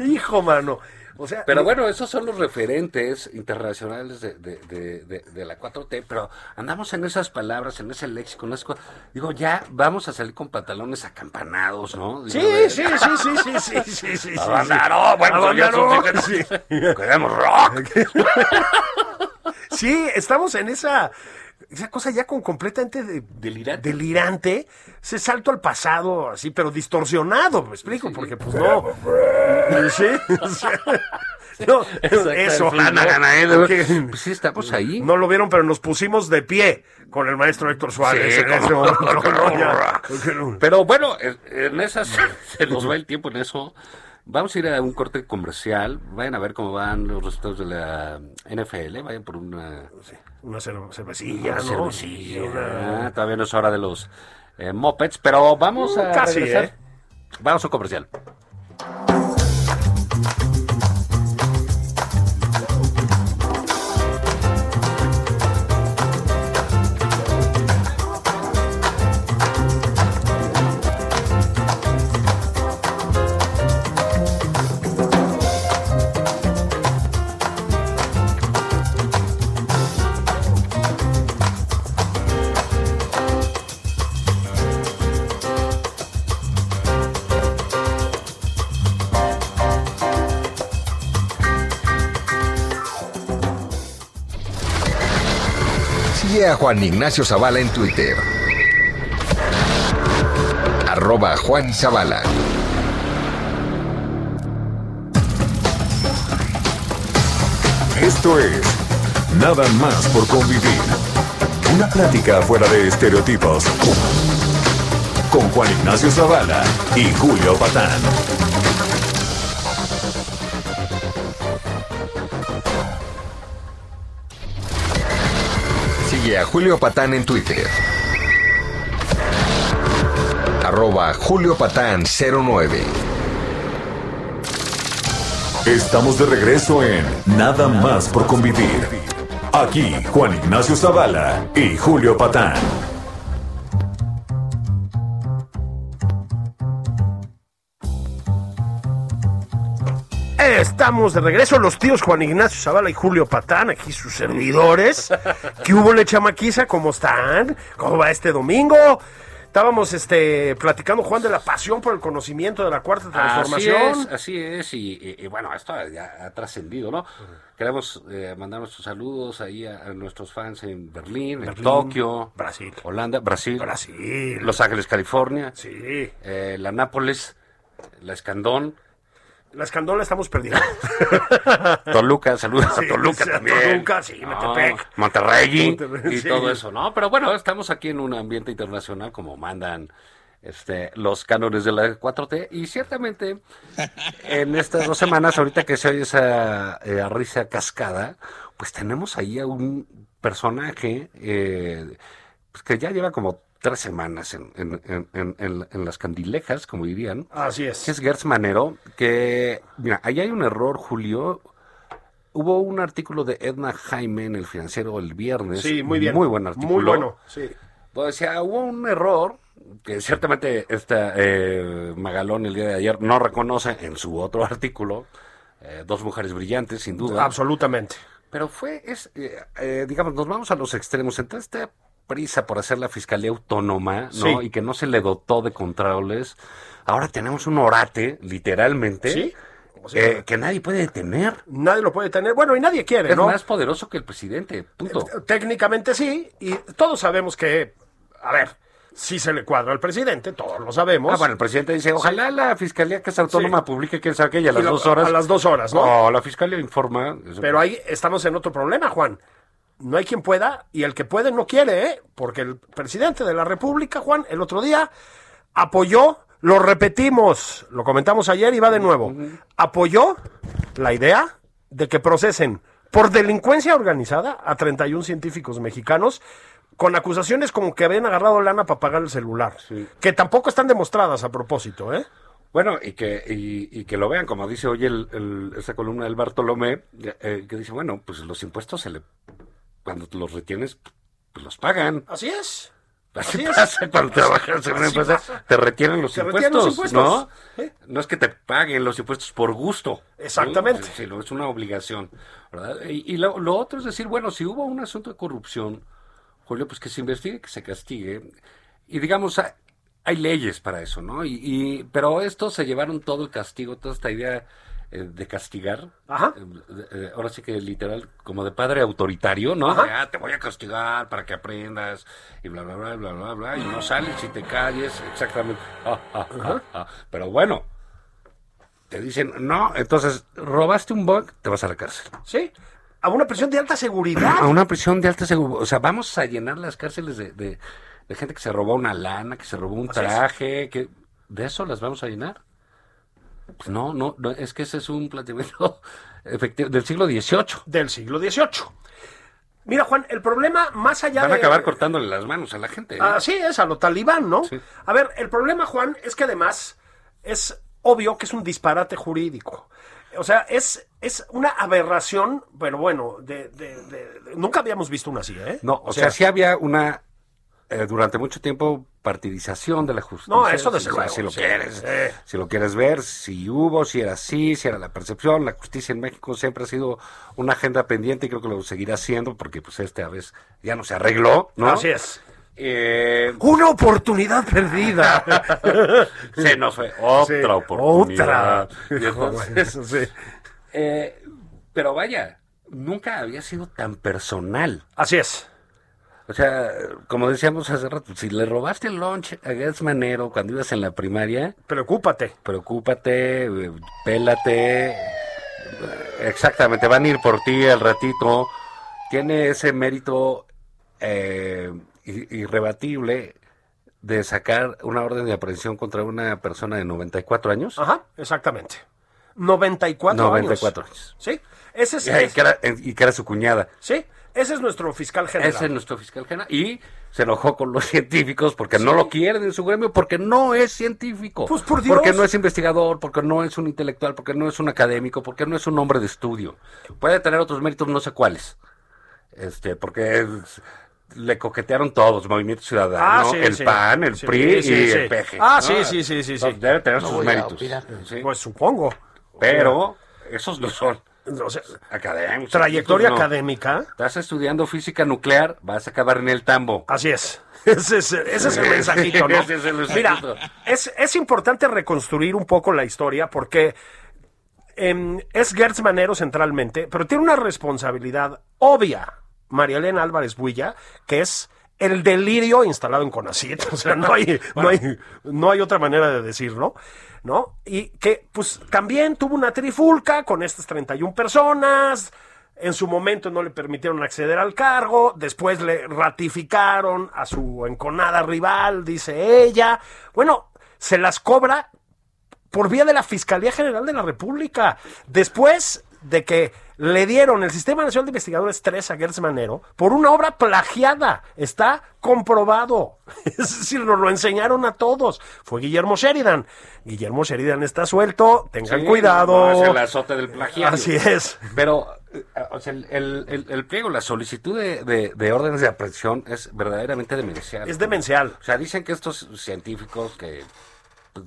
S2: hijo mano, o sea,
S1: Pero bueno, esos son los referentes internacionales de, de- de- de- de la 4T, pero andamos en esas palabras, en ese léxico, en esas cosas. Digo, ya vamos a salir con pantalones acampanados, ¿no?
S2: sí,
S1: Digo, de-
S2: sí, sí, sí, sí, sí, sí, sí, sí,
S1: Abanderó, bueno, pues ya
S2: Abanderó,
S1: son- Queremos rock.
S2: Sí, estamos en esa, esa cosa ya con completamente de-
S1: Delirante.
S2: delirante, ese salto al pasado, así, pero distorsionado, me explico, porque pues no. Sí, o sea, no, eso,
S1: Ana Ganael,
S2: ¿no?
S1: Pues
S2: Que-
S1: sí, estamos ahí.
S2: No lo vieron, pero nos pusimos de pie con el maestro Héctor Suárez
S1: Sí,
S2: en
S1: cómo
S2: ese
S1: no.
S2: momento, ¿no? Ya.
S1: Pero bueno, en- en esas se nos va el tiempo en eso. Vamos a ir a un corte comercial. Vayan a ver cómo van los resultados de la NFL. Vayan por una,
S2: Una cerve- cervecilla,
S1: una
S2: ¿no?
S1: cervecilla.
S2: Una-
S1: Ah, Todavía no es hora de los eh, mopeds, pero vamos a
S2: Casi,
S1: regresar.
S2: ¿eh?
S1: Vamos a un comercial.
S4: Sigue a Juan Ignacio Zavala en Twitter. Arroba Juan Zavala. Esto es Nada más por convivir. Una plática fuera de estereotipos. Con Juan Ignacio Zavala y Julio Patán.
S5: Sigue a Julio Patán en Twitter. Arroba Julio Patán 09.
S4: Estamos de regreso en Nada más por convivir. Aquí Juan Ignacio Zavala y Julio Patán.
S2: Estamos de regreso los tíos Juan Ignacio Zavala y Julio Patán, aquí sus servidores. ¿Qué hubo, le chamaquiza? ¿Cómo están? ¿Cómo va este domingo? Estábamos este, platicando, Juan, de la pasión por el conocimiento de la cuarta transformación.
S1: Así es, así es. Y, y- y bueno, esto ya ha trascendido, ¿no? Queremos eh, mandar nuestros saludos ahí a, a nuestros fans en Berlín, en
S2: Berlín,
S1: Tokio,
S2: Brasil.
S1: Holanda, Brasil,
S2: Brasil.
S1: Los Ángeles, California,
S2: Sí.
S1: eh, la Nápoles, la Escandón,
S2: La escandola estamos perdiendo.
S1: Toluca, saludos
S2: Sí,
S1: a Toluca
S2: sí, a
S1: también. Ah,
S2: Toluca, sí, Metepec.
S1: Monterrey,
S2: Monterrey,
S1: y
S2: sí.
S1: todo eso, ¿no? Pero bueno, estamos aquí en un ambiente internacional como mandan este, los cánones de la 4T y ciertamente en estas dos semanas, ahorita que se oye esa eh, risa cascada, pues tenemos ahí a un personaje eh, pues que ya lleva como tres semanas en, en- en- en- en- en las candilejas, como dirían.
S2: Así es.
S1: Que es Gertz Manero, que, mira, ahí hay un error, Julio. Hubo un artículo de Edna Jaime en el financiero el viernes.
S2: Sí, muy bien.
S1: Muy buen artículo.
S2: Muy bueno, sí.
S1: Donde decía, hubo un error que ciertamente esta, eh, Magalón el día de ayer no reconoce en su otro artículo. eh, dos mujeres brillantes, sin duda.
S2: Absolutamente.
S1: Pero fue, es, eh, eh, digamos, nos vamos a los extremos. Entre esta prisa por hacer la fiscalía autónoma, ¿no?
S2: Sí.
S1: Y que no se le dotó de controles. Ahora tenemos un orate, literalmente.
S2: Sí. sí.
S1: eh, que nadie puede detener.
S2: Nadie lo puede tener. Bueno, y nadie quiere,
S1: Es
S2: ¿no? Eh,
S1: más poderoso que el presidente, punto. Ah,
S2: Técnicamente sí, y todos sabemos que, a ver, si se le cuadra al presidente, todos lo sabemos.
S1: Ah, bueno, el presidente dice, ojalá la fiscalía que es autónoma
S2: Sí.
S1: publique quién sabe qué y a
S2: Y
S1: las
S2: lo-
S1: dos horas.
S2: a las dos horas, ¿no?
S1: No, la fiscalía informa.
S2: Pero ahí estamos en otro problema, Juan. No hay quien pueda y el que puede no quiere, ¿eh? Porque el presidente de la República, Juan, el otro día apoyó, lo repetimos, lo comentamos ayer y va de nuevo, apoyó la idea de que procesen por delincuencia organizada a 31 científicos mexicanos con acusaciones como que habían agarrado lana para pagar el celular,
S1: Sí.
S2: que tampoco están demostradas a propósito, ¿eh?
S1: Bueno, y que, y, y que lo vean, como dice hoy el, el- esa columna del Bartolomé, eh, que dice, bueno, pues los impuestos se le, cuando los retienes, pues los pagan.
S2: Así es.
S1: Así,
S2: Así es.
S1: pasa cuando trabajas en una
S2: Así
S1: empresa,
S2: pasa.
S1: te retienen los
S2: Te
S1: impuestos,
S2: retienen los
S1: ¿no?
S2: impuestos. ¿Eh?
S1: No es que te paguen los impuestos por gusto. ¿no?
S2: Exactamente.
S1: Sí, no, es una obligación, ¿verdad? Y, y lo, lo otro es decir, bueno, si hubo un asunto de corrupción, Julio, pues que se investigue, que se castigue. Y digamos, hay, hay leyes para eso, ¿no? Y, y- pero estos se llevaron todo el castigo, toda esta idea eh, de castigar.
S2: Ajá.
S1: Eh, eh, ahora sí que literal, como de padre autoritario, ¿no?
S2: Ajá.
S1: De, "Ah, te voy a castigar para que aprendas y bla, bla, bla, bla, bla, bla, y no sales y te calles, exactamente. Ah, ah, ah, ah. Pero bueno, te dicen, no, entonces robaste un bug, te vas a la cárcel.
S2: Sí. A una prisión de alta seguridad.
S1: A una prisión de alta seguridad. O sea, vamos a llenar las cárceles de, de- de gente que se robó una lana, que se robó un
S2: Así es.
S1: traje, que de eso las vamos a llenar. Pues no, no, no, es que ese es un planteamiento efectivo del siglo XVIII.
S2: del siglo XVIII. Mira, Juan, el problema más allá
S1: Van
S2: de...
S1: a acabar cortándole las manos a la gente. ¿eh?
S2: Así es, a lo talibán, ¿no?
S1: Sí.
S2: A ver, el problema, Juan, es que además es obvio que es un disparate jurídico. O sea, es, es una aberración, pero bueno, de, de- de- de- nunca habíamos visto una así, ¿eh?
S1: No, o, sea, sí había una, eh, durante mucho tiempo, partidización de la justicia.
S2: No, eso desde
S1: si,
S2: luego,
S1: Si lo,
S2: sí,
S1: quieres,
S2: sí.
S1: si lo quieres ver, si hubo, si era así, si era la percepción. La justicia en México siempre ha sido una agenda pendiente y creo que lo seguirá siendo porque pues esta vez ya no se arregló, ¿no?
S2: Así es.
S1: Eh,
S2: Una oportunidad perdida.
S1: se nos fue otra
S2: Sí,
S1: oportunidad.
S2: otra.
S1: Y entonces,
S2: Sí.
S1: eh, pero vaya, nunca había sido tan personal.
S2: Así es.
S1: O sea, como decíamos hace rato, si le robaste el lunch a Gatsmanero cuando ibas en la primaria,
S2: Preocúpate.
S1: preocúpate, eh, pélate. eh, Exactamente, van a ir por ti al ratito. Tiene ese mérito eh, i- irrebatible de sacar una orden de aprehensión contra una persona de 94 años.
S2: Ajá, exactamente. 94 años.
S1: 94 años.
S2: Sí. Ese es...
S1: Y que era- y que era su cuñada.
S2: Sí, ese es nuestro fiscal general.
S1: Ese es nuestro fiscal general. Y se enojó con los científicos porque no lo quieren en su gremio, porque no es científico.
S2: Pues, por Dios.
S1: Porque no es investigador, porque no es un intelectual, porque no es un académico, porque no es un hombre de estudio. Puede tener otros méritos, no sé cuáles. Este, porque es- le coquetearon todos, Movimiento Ciudadano,
S2: Ah, sí,
S1: el
S2: sí.
S1: PAN, el
S2: Sí,
S1: PRI
S2: sí,
S1: y
S2: sí.
S1: el PG.
S2: Ah, sí, sí, sí, sí, sí.
S1: Debe tener
S3: No
S1: sus
S3: voy a
S1: méritos.
S3: opinar.
S1: Sí.
S2: Pues supongo.
S1: Pero esos no son
S2: O sea,
S1: académicos.
S2: trayectoria
S1: no.
S2: académica.
S1: Estás estudiando física nuclear, vas a acabar en el tambo.
S2: Así es. Ese es, ese es el mensajito, ¿no?
S1: Ese es el mensajito.
S2: Mira, es, es importante reconstruir un poco la historia porque em, es Gertz Manero centralmente, pero tiene una responsabilidad obvia, María Elena Álvarez Builla, que es el delirio instalado en Conacit. O sea, no hay, no hay, no hay otra manera de decirlo, ¿no? Y que, pues, también tuvo una trifulca con estas 31 personas. En su momento no le permitieron acceder al cargo, después le ratificaron a su enconada rival, dice ella. Bueno, se las cobra por vía de la Fiscalía General de la República. Después de que le dieron el Sistema Nacional de Investigadores 3 a Gertz Manero por una obra plagiada. Está comprobado. Es decir, nos lo enseñaron a todos. Fue Guillermo Sheridan. Guillermo Sheridan está suelto. Tengan
S1: Sí,
S2: cuidado.
S1: no, es el azote del plagiario.
S2: Así es.
S1: Pero eh, o sea, el, el- el- el pliego, la solicitud de, de- de órdenes de aprehensión es verdaderamente demencial.
S2: Es demencial.
S1: O sea, dicen que estos científicos que pues,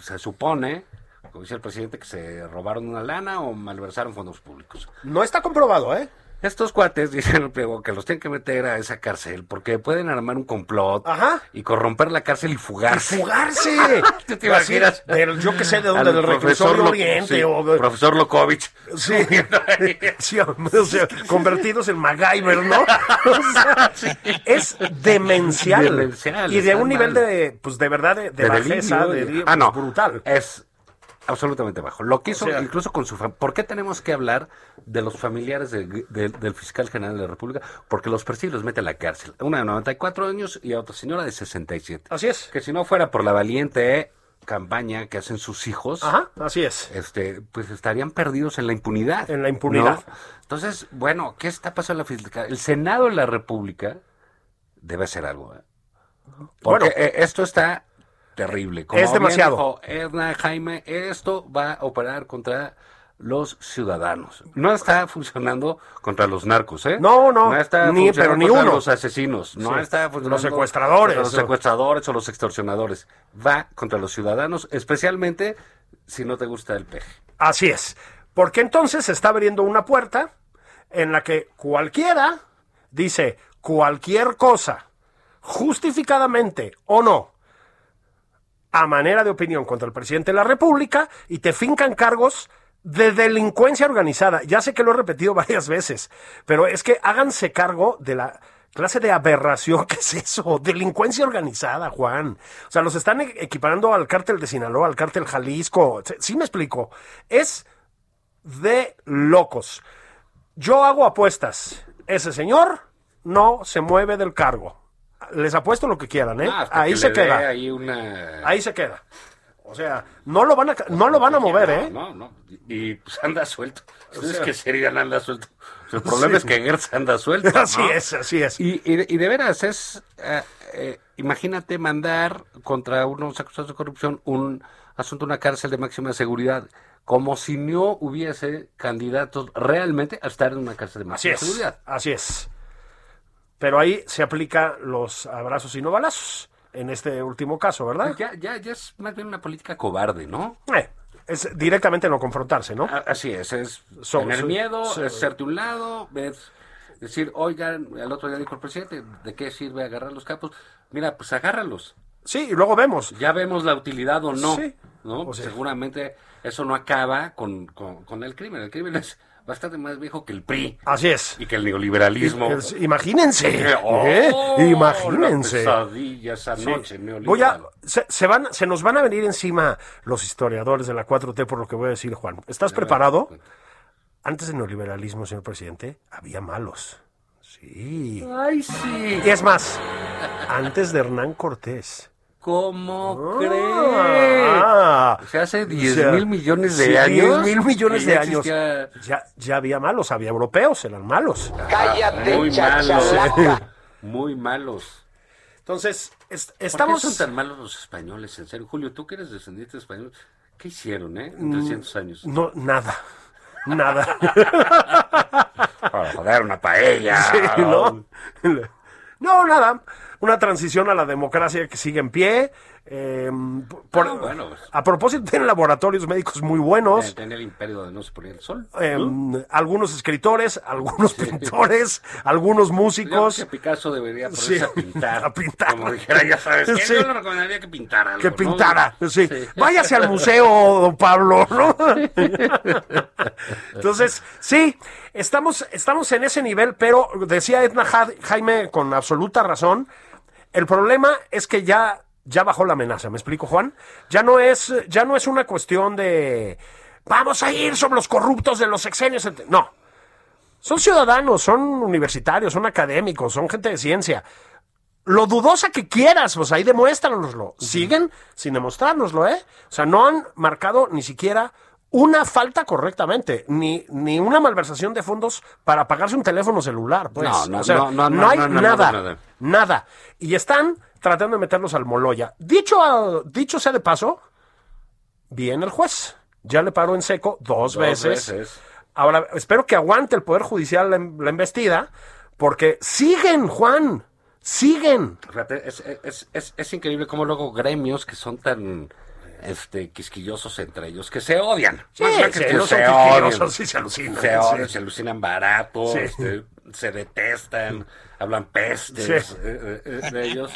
S1: se supone, como dice el presidente, que se robaron una lana o malversaron fondos públicos.
S2: No está comprobado, ¿eh?
S1: Estos cuates, dicen el pliego, que los tienen que meter a esa cárcel porque pueden armar un complot
S2: Ajá.
S1: y corromper la cárcel y fugarse.
S2: ¡Fugarse!
S1: ¿Tú te imaginas?
S2: Así, del- yo que sé de dónde,
S1: Al
S2: del
S1: profesor
S2: reclusorio
S1: Lo-
S2: oriente.
S1: sí,
S2: o de-
S1: Profesor Lokovich.
S2: Sí. Sí, o sea, convertidos en MacGyver, ¿no? O sea, es demencial.
S1: Demencial,
S2: y de
S1: está
S2: un nivel
S1: mal.
S2: de, pues de verdad, de, de,
S1: de
S2: bajeza,
S1: delirio,
S2: de-
S1: y-
S2: de-
S1: ah, no,
S2: brutal.
S1: Es absolutamente bajo. Lo que hizo
S2: sea-
S1: incluso con su familia. ¿Por qué tenemos que hablar de los familiares de- de- del fiscal general de la República? Porque los persigue y los mete a la cárcel. Una de 94 años y a otra señora de 67.
S2: Así es.
S1: Que si no fuera por la valiente eh, campaña que hacen sus hijos,
S2: Ajá, así es.
S1: este, pues estarían perdidos en la impunidad.
S2: En la impunidad.
S1: ¿no? Entonces, bueno, ¿qué está pasando en la fiscalía? El Senado de la República debe hacer algo. ¿eh? Porque
S2: Bueno.
S1: eh, esto está terrible. Como
S2: Es
S1: bien
S2: demasiado.
S1: dijo Edna Jaime, esto va a operar contra los ciudadanos. No está funcionando contra los narcos, ¿eh?
S2: No, no,
S1: está
S2: ni-
S1: funcionando
S2: pero ni
S1: contra
S2: uno.
S1: los asesinos. No
S2: Sí.
S1: está funcionando
S2: Los secuestradores,
S1: contra Los
S2: o-
S1: secuestradores o los extorsionadores. Va contra los ciudadanos, especialmente si no te gusta el peje.
S2: Así es. Porque entonces se está abriendo una puerta en la que cualquiera dice cualquier cosa, justificadamente o no, a manera de opinión contra el presidente de la República y te fincan cargos de delincuencia organizada. Ya sé que lo he repetido varias veces, pero es que háganse cargo de la clase de aberración que es eso, delincuencia organizada, Juan. O sea, los están e- equiparando al cártel de Sinaloa, al cártel Jalisco. Sí- Sí me explico. Es de locos. Yo hago apuestas. Ese señor no se mueve del cargo. Les apuesto lo que quieran, ¿eh?
S1: Ah, hasta
S2: Ahí
S1: que
S2: se
S1: le dé
S2: queda.
S1: ahí una-
S2: Ahí se queda. O sea, no lo van a, no lo van a mover,
S1: no,
S2: ¿eh?
S1: No, no. Y, y, pues anda suelto. es que Sheridan anda suelto. El problema es que Gertz anda suelto. ¿no?
S2: Así es, así es.
S1: Y, y- y de veras, es. eh, eh, imagínate mandar contra unos acusados de corrupción un asunto, una cárcel de máxima seguridad. Como si no hubiese candidatos realmente a estar en una cárcel de
S2: Así
S1: máxima
S2: es.
S1: seguridad.
S2: Así es. Pero ahí se aplica los abrazos y no balazos en este último caso, ¿verdad?
S1: Ya, ya, ya es más bien una política cobarde, ¿no?
S2: Eh, es directamente no confrontarse, ¿no?
S1: A- Así es, es
S2: So-
S1: tener
S2: so-
S1: miedo,
S2: so-
S1: es hacerte un lado, es decir, oigan, el otro día dijo el presidente, ¿de qué sirve agarrar los capos? Mira, pues agárralos,
S2: Sí, y luego vemos.
S1: ya vemos la utilidad o no,
S2: Sí,
S1: ¿no?
S2: o sea-
S1: Seguramente eso no acaba con, con- con el crimen, el crimen es bastante más viejo que el PRI
S2: Así es.
S1: y que el neoliberalismo.
S2: Es- imagínense.
S1: Oh,
S2: ¿eh?
S1: la
S2: Imagínense.
S1: pesadilla esa noche
S2: Voy a,
S1: neoliberal.
S2: se, se van, se nos van a venir encima los historiadores de la 4T por lo que voy a decir, Juan. ¿Estás preparado? Antes del neoliberalismo, señor presidente, había malos. Sí.
S1: Ay, sí.
S2: Y es más, antes de Hernán Cortés.
S1: ¿Cómo crees?
S2: Ah.
S1: O sea, hace 10
S2: O sea,
S1: mil millones de
S2: sí,
S1: años.
S2: 10 mil millones
S1: que
S2: de
S1: ya
S2: años.
S1: existía-
S2: Ya, ya había malos, había europeos, eran malos.
S1: Muy malos. Muy malos.
S2: Entonces, es-
S1: Estamos...
S2: estamos.
S1: ¿Por qué son tan malos los españoles? En serio, Julio, tú que eres descendiente de español, ¿qué hicieron, eh?
S2: Mm.
S1: En 300 años.
S2: No, nada. Nada.
S1: Para joder, una paella.
S2: Sí, ¿no? No, nada. Una transición a la democracia que sigue en pie. eh, por-
S1: Ah, bueno, pues.
S2: A propósito, tienen laboratorios médicos muy buenos.
S1: Tener el imperio de no se ponía el sol.
S2: eh, Algunos escritores, algunos pintores, algunos
S1: Yo creo Pues,
S2: músicos.
S1: que Picasso debería ponerse
S2: Sí,
S1: a pintar.
S2: a pintar.
S1: Como dijera, ya sabes. ¿qué?
S2: Sí.
S1: Yo le recomendaría que pintara. algo,
S2: Que
S1: ¿no?
S2: pintara, sí. Váyase al museo, don Pablo, ¿no? Entonces, sí, estamos, estamos en ese nivel, pero decía Edna Ja- Jaime con absoluta razón, el problema es que ya, ya bajó la amenaza, ¿me explico, Juan? Ya no es, ya no es una cuestión de vamos a ir sobre los corruptos de los sexenios. ent- No. Son ciudadanos, son universitarios, son académicos, son gente de ciencia lo dudosa que quieras, pues ahí demuéstranoslo. Siguen sin demostrárnoslo, ¿eh? O sea, no han marcado ni siquiera una falta correctamente, ni, ni una malversación de fondos para pagarse un teléfono celular, pues.
S1: No, no,
S2: O sea,
S1: no, no, no,
S2: hay
S1: no, no,
S2: nada,
S1: no, no.
S2: nada. Y están tratando de meterlos al Moloya. Dicho, a- dicho sea de paso, bien el juez. Ya le paró en seco dos,
S1: Dos
S2: veces.
S1: veces.
S2: Ahora, espero que aguante el Poder Judicial la, la embestida, porque siguen, Juan, siguen.
S1: Pues Fíjate, es, es- es- es increíble cómo luego gremios que son tan este, quisquillosos entre ellos, que se odian.
S2: Sí,
S1: Más bien
S2: sí,
S1: que
S2: no son
S1: se
S2: quisquillosos,
S1: odian.
S2: sí se alucinan,
S1: Se odian,
S2: sí.
S1: se alucinan barato,
S2: Sí.
S1: este, se detestan, hablan pestes
S2: Sí.
S1: eh, eh, eh, de ellos.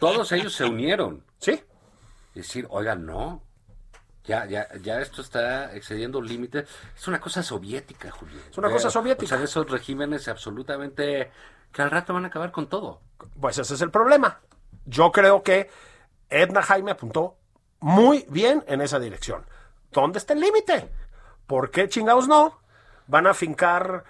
S1: Todos ellos se unieron.
S2: Sí.
S1: y decir, oigan, no. Ya, ya, ya esto está excediendo límites. Es una cosa soviética, Julio.
S2: Es una cosa soviética.
S1: O sea, de esos regímenes absolutamente que al rato van a acabar con todo.
S2: Pues ese es el problema. Yo creo que Edna Jaime apuntó muy bien en esa dirección. ¿Dónde está el límite? ¿Por qué chingados no? Van a fincar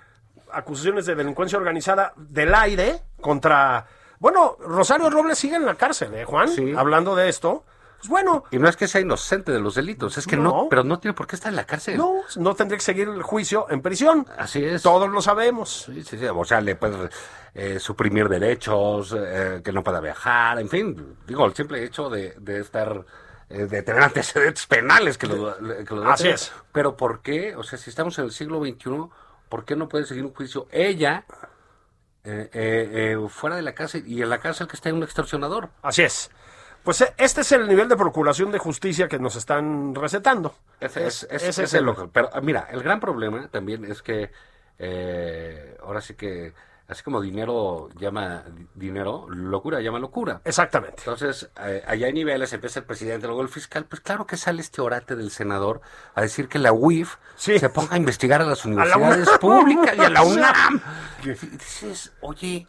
S2: acusaciones de delincuencia organizada del aire contra... Bueno, Rosario Robles sigue en la cárcel, ¿eh, Juan?
S1: Sí.
S2: Hablando de esto. Pues bueno,
S1: Y no es que sea inocente de los delitos, es que no,
S2: No.
S1: pero no tiene por qué estar en la cárcel.
S2: no, no tendría que seguir el juicio en prisión.
S1: Así es.
S2: Todos lo sabemos.
S1: Sí, sí, sí. O sea, le puedes eh, suprimir derechos, eh, que no pueda viajar, en fin. Digo, el simple hecho de, de estar, eh, de tener antecedentes penales que lo, que lo
S2: Así
S1: detienen.
S2: es.
S1: Pero ¿por qué? O sea, si estamos en el siglo XXI, ¿por qué no puede seguir un juicio ella eh, eh, eh, fuera de la cárcel y en la cárcel que está en un extorsionador?
S2: Así es. Pues eh, este es el nivel de procuración de justicia que nos están recetando.
S1: Ese es,
S2: Es-
S1: ese
S2: ese
S1: es
S2: es
S1: el
S2: el-
S1: ojo. Pero ah, mira, el gran problema también es que eh, ahora sí que, así como dinero llama di- dinero, locura llama locura.
S2: Exactamente.
S1: Entonces, eh, allá hay niveles, empieza el presidente, luego el fiscal, pues claro que sale este orate del senador a decir que la UIF
S2: Sí.
S1: se ponga a investigar a las
S2: la
S1: universidades
S2: UNAM.
S1: públicas y a la
S2: O sea,
S1: UNAM. Y dices, oye,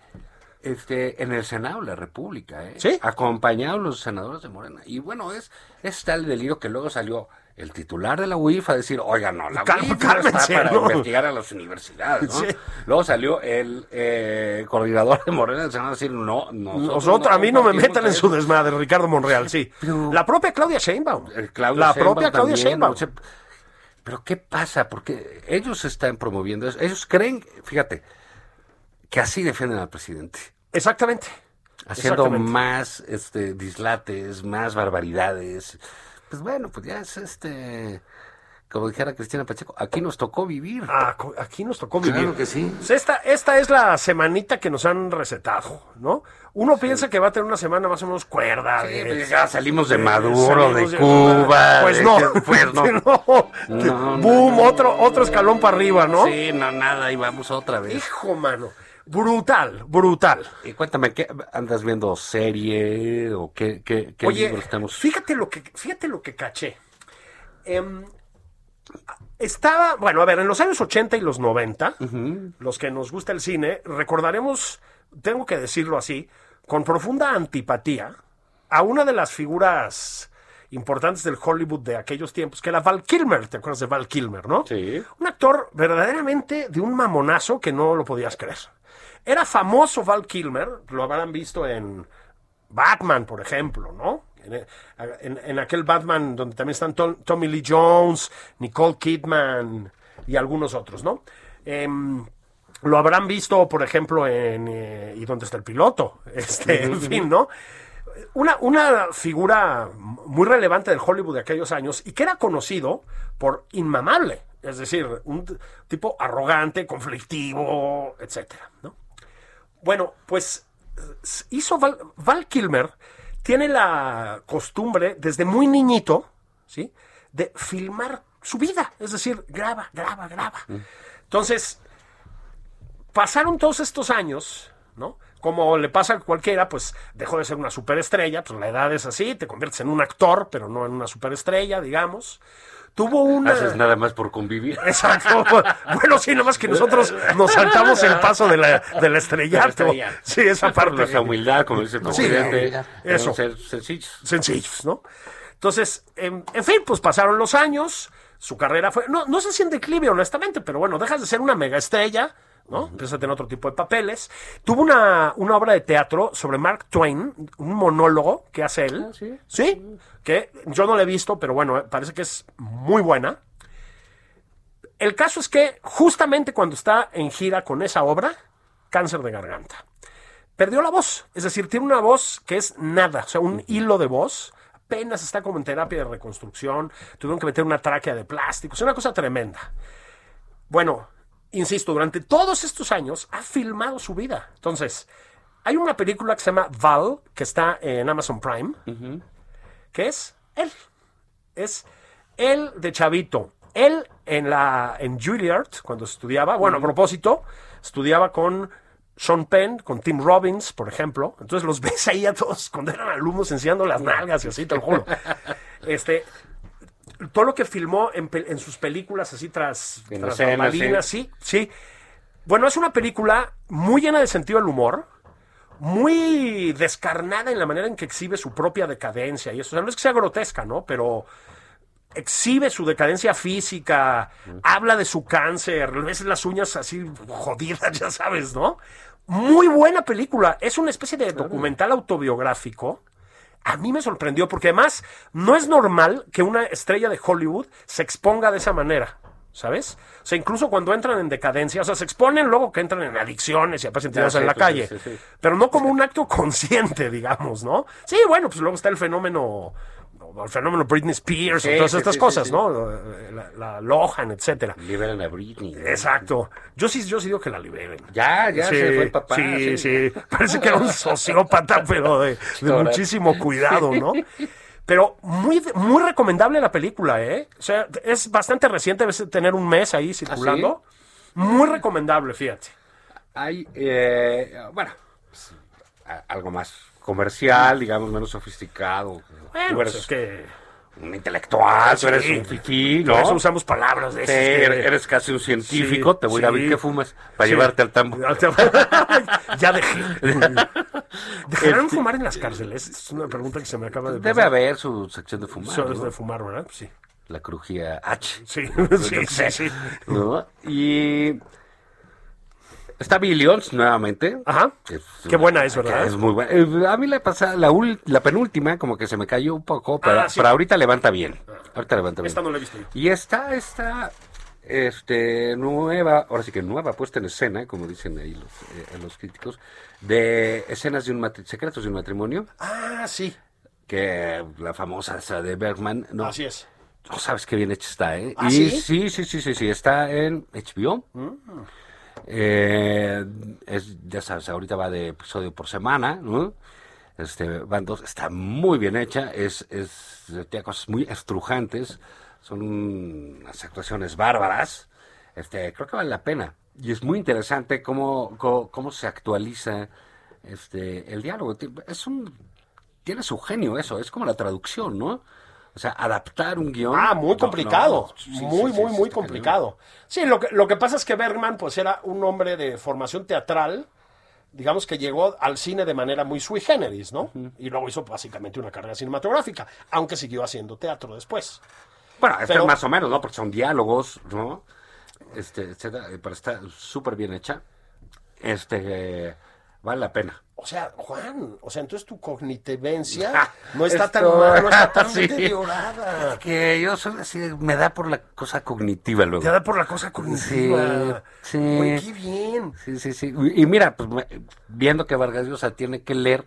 S1: este, en el Senado de la República, ¿eh?
S2: Sí.
S1: acompañado de los senadores de Morena. Y bueno, es, es tal delirio que luego salió el titular de la UIF a decir, oiga, no, la
S2: Cal-
S1: UIF no
S2: cálmense,
S1: está para
S2: ¿no?
S1: investigar a las universidades. ¿no?
S2: Sí.
S1: Luego salió el eh, coordinador de Morena del Senado a decir, no, no.
S2: Nosotros, a mí no me metan en su
S1: desmadre.
S2: desmadre, Ricardo Monreal, sí.
S1: Pero-
S2: la propia Claudia Sheinbaum.
S1: Eh, Claudia
S2: la
S1: Sheinbaum
S2: propia Claudia
S1: también,
S2: Sheinbaum.
S1: o sea, pero ¿qué pasa? Porque ellos están promoviendo eso. Ellos creen, fíjate, que así defienden al presidente.
S2: Exactamente.
S1: Haciendo
S2: Exactamente.
S1: más este, dislates, más barbaridades. Pues bueno, pues ya es este. Como dijera Cristina Pacheco, aquí nos tocó vivir.
S2: Ah, co- aquí nos tocó vivir.
S1: Claro que sí.
S2: Pues Esta, esta es la semanita que nos han recetado, ¿no? Uno piensa que va a tener una semana más o menos cuerda.
S1: Sí,
S2: de-
S1: pues ya salimos de
S2: de-
S1: Maduro,
S2: eh, salimos
S1: de Cuba.
S2: Pues
S1: de-
S2: no.
S1: Pues no. No,
S2: no. Boom, otro, otro escalón para arriba, ¿no?
S1: Sí, no, nada, y vamos otra vez.
S2: Hijo, mano. Brutal, brutal.
S1: Y cuéntame, ¿qué andas viendo serie o qué, qué, qué
S2: Oye,
S1: libro estamos?
S2: fíjate lo que fíjate lo que caché. Em, estaba, bueno, a ver, en los años 80 y los 90, los que nos gusta el cine, recordaremos, tengo que decirlo así, con profunda antipatía a una de las figuras importantes del Hollywood de aquellos tiempos, que era Val Kilmer, ¿te acuerdas de Val Kilmer, no?
S1: Sí.
S2: Un actor verdaderamente de un mamonazo que no lo podías creer. Era famoso Val Kilmer, lo habrán visto en Batman, por ejemplo, ¿no? En, en- en aquel Batman donde también están Tom- Tommy Lee Jones, Nicole Kidman y algunos otros, ¿no? Em, lo habrán visto, por ejemplo, en... eh, ¿Y dónde está el piloto? Este, en fin, ¿no? una, una figura muy relevante del Hollywood de aquellos años y que era conocido por inmamable, es decir, un t- tipo arrogante, conflictivo, etcétera, ¿no? Bueno, pues s- hizo Val, Val Kilmer tiene la costumbre desde muy niñito, ¿sí? De filmar su vida, es decir, graba, graba, graba. Entonces, pasaron todos estos años, ¿no? Como le pasa a cualquiera, pues dejó de ser una superestrella, pues la edad es así, te conviertes en un actor, pero no en una superestrella, digamos. Tuvo una...
S1: Haces nada más por convivir.
S2: Exacto. Bueno, sí, nomás que nosotros nos saltamos el paso de la, del estrellato.
S1: Del estrellato.
S2: Sí, esa
S1: Por
S2: parte.
S1: nuestra humildad, como dice el
S2: Sí,
S1: presidente. debemos
S2: eso.
S1: ser sencillos.
S2: Sencillos, ¿no? Entonces, en, en fin, pues pasaron los años, su carrera fue, no, no sé si en declive, honestamente, pero bueno, dejas de ser una mega estrella, ¿no? Empiezas a tener otro tipo de papeles. Tuvo una, una obra de teatro sobre Mark Twain, un monólogo que hace él.
S1: Ah, sí.
S2: que yo no la he visto, pero bueno, eh, parece que es muy buena. El caso es que justamente cuando está en gira con esa obra, cáncer de garganta. Perdió la voz, es decir, tiene una voz que es nada, o sea, un hilo de voz. Apenas está como en terapia de reconstrucción, tuvieron que meter una tráquea de plástico, es una cosa tremenda. Bueno, insisto, durante todos estos años ha filmado su vida. Entonces, hay una película que se llama Val, que está en Amazon Prime, que es él. Es él de chavito. Él en la en Juilliard, cuando estudiaba, bueno, a propósito, estudiaba con Sean Penn, con Tim Robbins, por ejemplo. Entonces los ves ahí a todos cuando eran alumnos enseñando las nalgas y así, te lo juro. Este, todo lo que filmó en, pe- en sus películas así tras,
S1: En
S2: tras
S1: escenas,
S2: bambalinas, sí, sí. Bueno, es una película muy llena de sentido del humor, muy descarnada en la manera en que exhibe su propia decadencia y eso. O sea, no es que sea grotesca, ¿no? Pero exhibe su decadencia física, habla de su cáncer, le ves las uñas así jodidas, ya sabes, ¿no? Muy buena película. Es una especie de documental autobiográfico. A mí me sorprendió porque además no es normal que una estrella de Hollywood se exponga de esa manera, ¿sabes? O sea, incluso cuando entran en decadencia, o sea, se exponen luego que entran en adicciones y aparecen tirados
S1: sí,
S2: en la
S1: pues,
S2: calle,
S1: sí, sí, sí.
S2: pero no como un acto consciente, digamos, ¿no? Sí, bueno, pues luego está el fenómeno, el fenómeno Britney Spears,
S1: Sí,
S2: todas
S1: sí,
S2: estas
S1: sí,
S2: cosas,
S1: sí, sí.
S2: ¿no? eh, La, la Lohan, etcétera.
S1: Liberan a Britney. ¿no?
S2: Exacto. Yo sí, yo sí digo que la liberen.
S1: Ya, ya se fue el papá.
S2: Sí, sí. Parece que era un sociópata, pero de, de
S1: Ahora-
S2: muchísimo cuidado, ¿no? Pero muy, muy recomendable la película, ¿eh? O sea, es bastante reciente, debe tener un mes ahí circulando.
S1: ¿Ah,
S2: Muy recomendable, fíjate.
S1: Hay, eh, bueno, pues, a- algo más comercial, digamos, menos sofisticado.
S2: Bueno,
S1: Tú
S2: pues
S1: eres
S2: es que
S1: un intelectual, tú eres
S2: Sí.
S1: un fifí,
S2: por eso
S1: ¿no?
S2: usamos palabras de
S1: Sí,
S2: esas que-
S1: eres eres casi un científico,
S2: Sí,
S1: te voy a ir a ver
S2: sí.
S1: qué fumas para
S2: Sí.
S1: llevarte al tambo.
S2: ya dejé. ¿Dejarán
S1: Este-
S2: fumar en las cárceles? Es una pregunta que se me acaba de
S1: Debe
S2: pasar.
S1: haber su sección de fumar,
S2: Eso es
S1: ¿no?
S2: de fumar, ¿verdad? Pues Sí.
S1: la crujía H.
S2: Sí,
S1: Yo
S2: sí,
S1: qué
S2: sí,
S1: sé,
S2: sí.
S1: ¿no? Y está Billions nuevamente.
S2: Ajá.
S1: Es
S2: Ah, Qué buena es, ¿verdad?
S1: Es muy buena. Eh, A mí la pasada, la, ul- la penúltima, como que se me cayó un poco, pero,
S2: Ah, sí.
S1: pero ahorita levanta bien. Ahorita levanta bien.
S2: Esta no la he visto yo.
S1: Y está esta este, nueva, ahora sí que nueva puesta en escena, como dicen ahí los, eh, los críticos, de escenas de un matri- secretos de un matrimonio,
S2: Ah, sí.
S1: que la famosa esa de Bergman, ¿no?
S2: Así es.
S1: No sabes qué bien hecha está, ¿eh?
S2: ¿Ah,
S1: y
S2: sí?
S1: sí, sí, sí, sí, sí, está en HBO. Eh, es, ya sabes, ahorita va de episodio por semana, ¿no? Este, van dos, está muy bien hecha, es, es, tiene cosas muy estrujantes, son unas actuaciones bárbaras, este, creo que vale la pena. Y es muy interesante cómo, cómo, cómo se actualiza este, el diálogo. Ti- Es un, tiene su genio eso, es como la traducción, ¿no? O sea, adaptar un guión.
S2: Ah, muy
S1: No,
S2: complicado.
S1: no, sí, sí,
S2: muy,
S1: sí,
S2: muy,
S1: sí,
S2: muy
S1: está
S2: complicado. Sí, lo que, lo que pasa es que Bergman, pues, era un hombre de formación teatral, digamos que llegó al cine de manera muy sui generis, ¿no? Y luego hizo básicamente una carrera cinematográfica, aunque siguió haciendo teatro después.
S1: cañón. Bueno, este
S2: Pero-
S1: más o menos, ¿no? Porque son diálogos, ¿no? Este, etcétera, eh, pero está súper bien hecha. Este, eh, vale la pena.
S2: O sea, Juan, o sea, entonces tu cognitivencia
S1: Ah,
S2: no está tan
S1: esto-
S2: mal, no está tan
S1: Sí.
S2: deteriorada.
S1: Que yo soy así, me da por la cosa cognitiva luego.
S2: Te da por la cosa cognitiva.
S1: Sí, sí.
S2: Güey, qué bien.
S1: Sí, sí, sí. Y y mira, pues me- viendo que Vargas Llosa tiene que leer.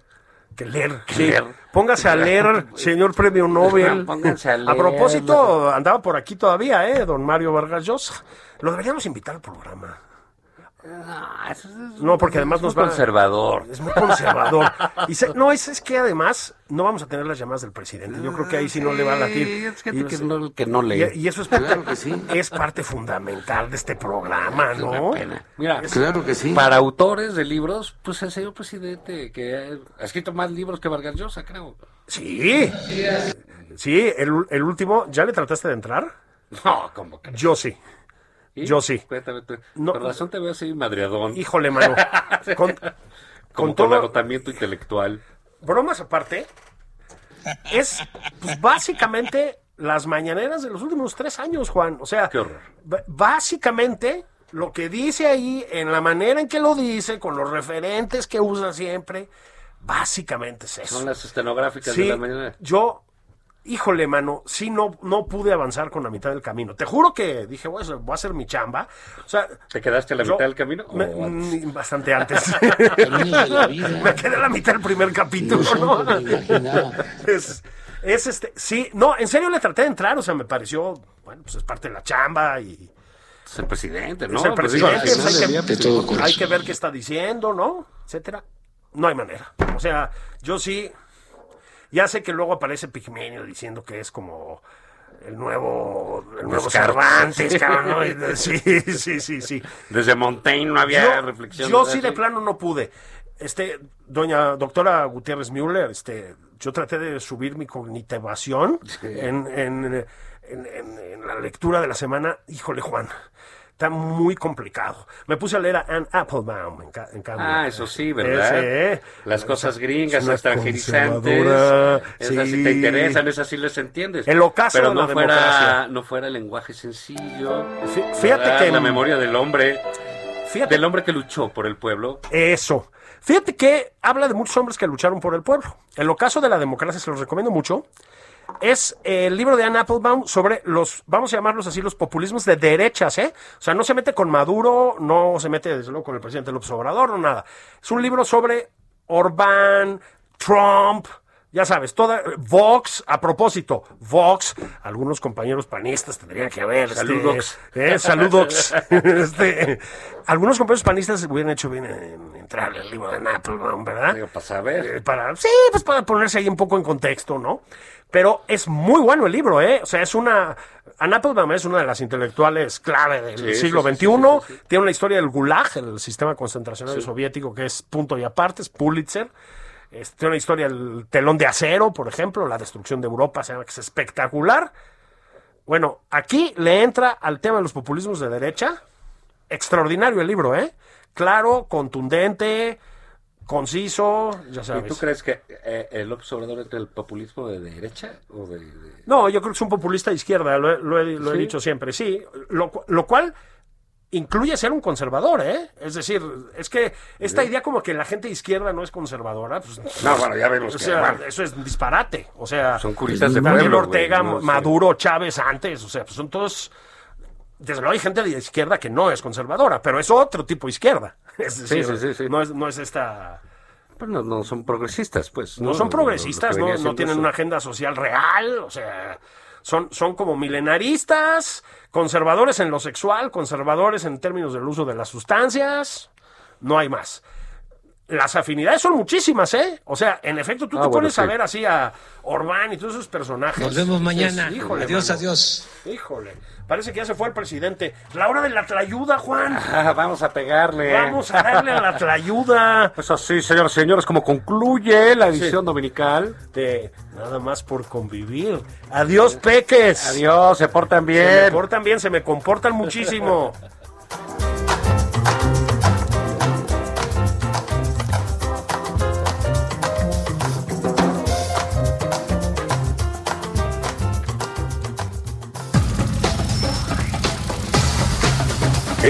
S2: Que leer.
S1: Que
S2: sí.
S1: leer.
S2: Póngase a leer, señor premio Nobel.
S1: Póngase a leer.
S2: propósito, andaba por aquí todavía, ¿eh? Don Mario Vargas Llosa. Lo deberíamos invitar al programa.
S1: "Ah, eso es-
S2: No, porque además
S1: es
S2: nos
S1: muy
S2: va-
S1: conservador.
S2: Es muy conservador. Y se- no, es, es que además no vamos a tener las llamadas del presidente. Yo creo que ahí sí no le va a
S1: Sí,
S2: latir.
S1: es gente
S2: Y-
S1: que pues, no, que no lee.
S2: y, y eso es parte,
S6: Claro que sí.
S2: es parte fundamental de este programa,
S1: Es
S2: ¿no?
S1: una pena. Mira,
S6: Claro que sí.
S1: para autores de libros, pues el señor presidente, que ha escrito más libros que Vargas Llosa, creo.
S2: Sí. Sí, el, ul- el último, ¿ya le trataste de entrar?
S1: No, como que.
S2: Yo sí.
S1: ¿Y?
S2: Yo sí.
S1: Cuéntame tú.
S2: No.
S1: Con razón te veo así madreadón.
S2: Híjole, mano.
S1: como
S2: Con- con
S1: con
S2: todo-
S1: agotamiento intelectual.
S2: bromas aparte, es pues, básicamente las mañaneras de los últimos tres años, Juan. O sea,
S1: Qué horror.
S2: b- básicamente lo que dice ahí, en la manera en que lo dice, con los referentes que usa siempre, básicamente es eso.
S1: Son las estenográficas de
S2: Sí,
S1: la mañana.
S2: yo, híjole, mano, sí no, no pude avanzar con la mitad del camino. Te juro que dije, voy a hacer, voy a hacer mi chamba. O sea,
S1: ¿Te quedaste a la
S2: yo-
S1: mitad del camino? Oh, o
S2: me-
S1: antes?
S2: mm, bastante antes.
S6: Caminos de la vida.
S2: me quedé a la mitad del primer capítulo,
S6: Yo
S2: ¿no?
S6: nunca me imaginaba.
S2: es, es este, sí, no, en serio le traté de entrar, o sea, me pareció, bueno, pues es parte de la chamba y
S1: Es el presidente, ¿no?
S2: es el
S1: Pues digo, al
S2: presidente,
S1: final
S2: pues
S1: del
S2: hay, que,
S1: día,
S6: de todo corazón.
S2: hay que ver qué está diciendo, ¿no? Etcétera. No hay manera. O sea, yo sí, ya sé que luego aparece Pigmenio diciendo que es como el nuevo, el nuevo
S1: Los Carlos.
S2: Cervantes, cabrón, ¿no? Y- Sí, sí, sí, sí.
S1: Desde Montaigne no había reflexión.
S2: yo
S1: ¿verdad?
S2: sí de plano no pude. Este, doña doctora Gutiérrez Müller, este, yo traté de subir mi cognitivación en, en- en- en- en la lectura de la semana. Híjole, Juan, está muy complicado. Me puse a leer a Anne Applebaum, en, ca- en cambio.
S1: Ah, eso sí, ¿verdad?
S2: Ese, eh.
S1: Las cosas gringas,
S2: Es una
S1: extranjerizantes.
S2: conservadora,
S1: Esas sí
S2: sí.
S1: te interesan, esas sí las entiendes.
S2: El ocaso
S1: Pero
S2: de
S1: no
S2: la
S1: fuera,
S2: democracia.
S1: no fuera lenguaje sencillo.
S2: Fí- fíjate
S1: ¿verdad?
S2: que-
S1: La memoria del hombre,
S2: Fíjate
S1: del hombre que luchó por el pueblo.
S2: Eso. Fíjate que habla de muchos hombres que lucharon por el pueblo. El ocaso de la democracia, se los recomiendo mucho, es el libro de Anne Applebaum sobre los, vamos a llamarlos así, los populismos de derechas, ¿eh? O sea, no se mete con Maduro, no se mete, desde luego, con el presidente López Obrador, no nada. Es un libro sobre Orbán, Trump, ya sabes, toda Vox, a propósito, Vox, algunos compañeros panistas tendrían que haber. este,
S1: Saludox.
S2: eh, saludos. Este, algunos compañeros panistas hubieran hecho bien en entrar al libro de Napoleón, ¿verdad?
S1: Digo, para saber.
S2: Eh, para, sí, pues para ponerse ahí un poco en contexto, ¿no? Pero es muy bueno el libro, ¿eh? O sea, es una... Anna Applebaum es una de las intelectuales clave del
S1: Sí,
S2: siglo
S1: sí, sí,
S2: XXI. Tiene una historia del Gulag, el sistema concentracional soviético, que es punto y aparte, es Pulitzer. Este, tiene una historia del telón de acero, por ejemplo, la destrucción de Europa, se llama, que es espectacular. Bueno, aquí le entra al tema de los populismos de derecha. Extraordinario el libro, ¿eh? Claro, contundente, conciso, ya
S1: ¿Y
S2: sabes.
S1: tú crees que eh, el observador entre el populismo de derecha o de, de-
S2: No, yo creo que es un populista de izquierda, lo, he- lo he, lo he
S1: ¿Sí?
S2: dicho siempre, sí. Lo, cu- lo cual incluye ser un conservador, ¿eh? Es decir, es que esta idea como que la gente de izquierda no es conservadora, pues...
S1: No, bueno, ya vemos
S2: o
S1: que,
S2: sea,
S1: bueno.
S2: eso es un disparate, o sea...
S1: son curitas de
S2: Daniel
S1: pueblo? güey,
S2: Ortega,
S1: no sé.
S2: Maduro, Chávez antes, o sea, pues son todos... Desde luego hay gente de izquierda que no es conservadora, pero es otro tipo de izquierda. Es decir,
S1: sí, sí, sí.
S2: No, es, no es esta...
S1: Pero pues no, no son progresistas, pues.
S2: No son progresistas,
S1: Lo que
S2: no,
S1: venía
S2: no
S1: siendo
S2: tienen
S1: eso.
S2: una agenda social real, o sea, son, son como milenaristas, conservadores en lo sexual, conservadores en términos del uso de las sustancias, no hay más. Las afinidades son muchísimas, ¿eh? O sea, en efecto, tú
S1: Ah,
S2: te
S1: bueno,
S2: pones a
S1: sí.
S2: ver así a Orbán y todos esos personajes.
S6: Nos vemos
S2: Dices,
S6: mañana.
S2: híjole,
S6: adiós,
S2: mano,
S6: adiós.
S2: Híjole, parece que ya se fue el presidente. La hora de la tlayuda, Juan.
S1: Ah, vamos a pegarle.
S2: Vamos a darle a la tlayuda.
S1: Pues así, señoras y señores, como concluye la edición dominical.
S2: de Este, nada más por convivir. Adiós, peques.
S1: Adiós, se portan
S2: Se me
S1: bien.
S2: portan bien, se me comportan muchísimo.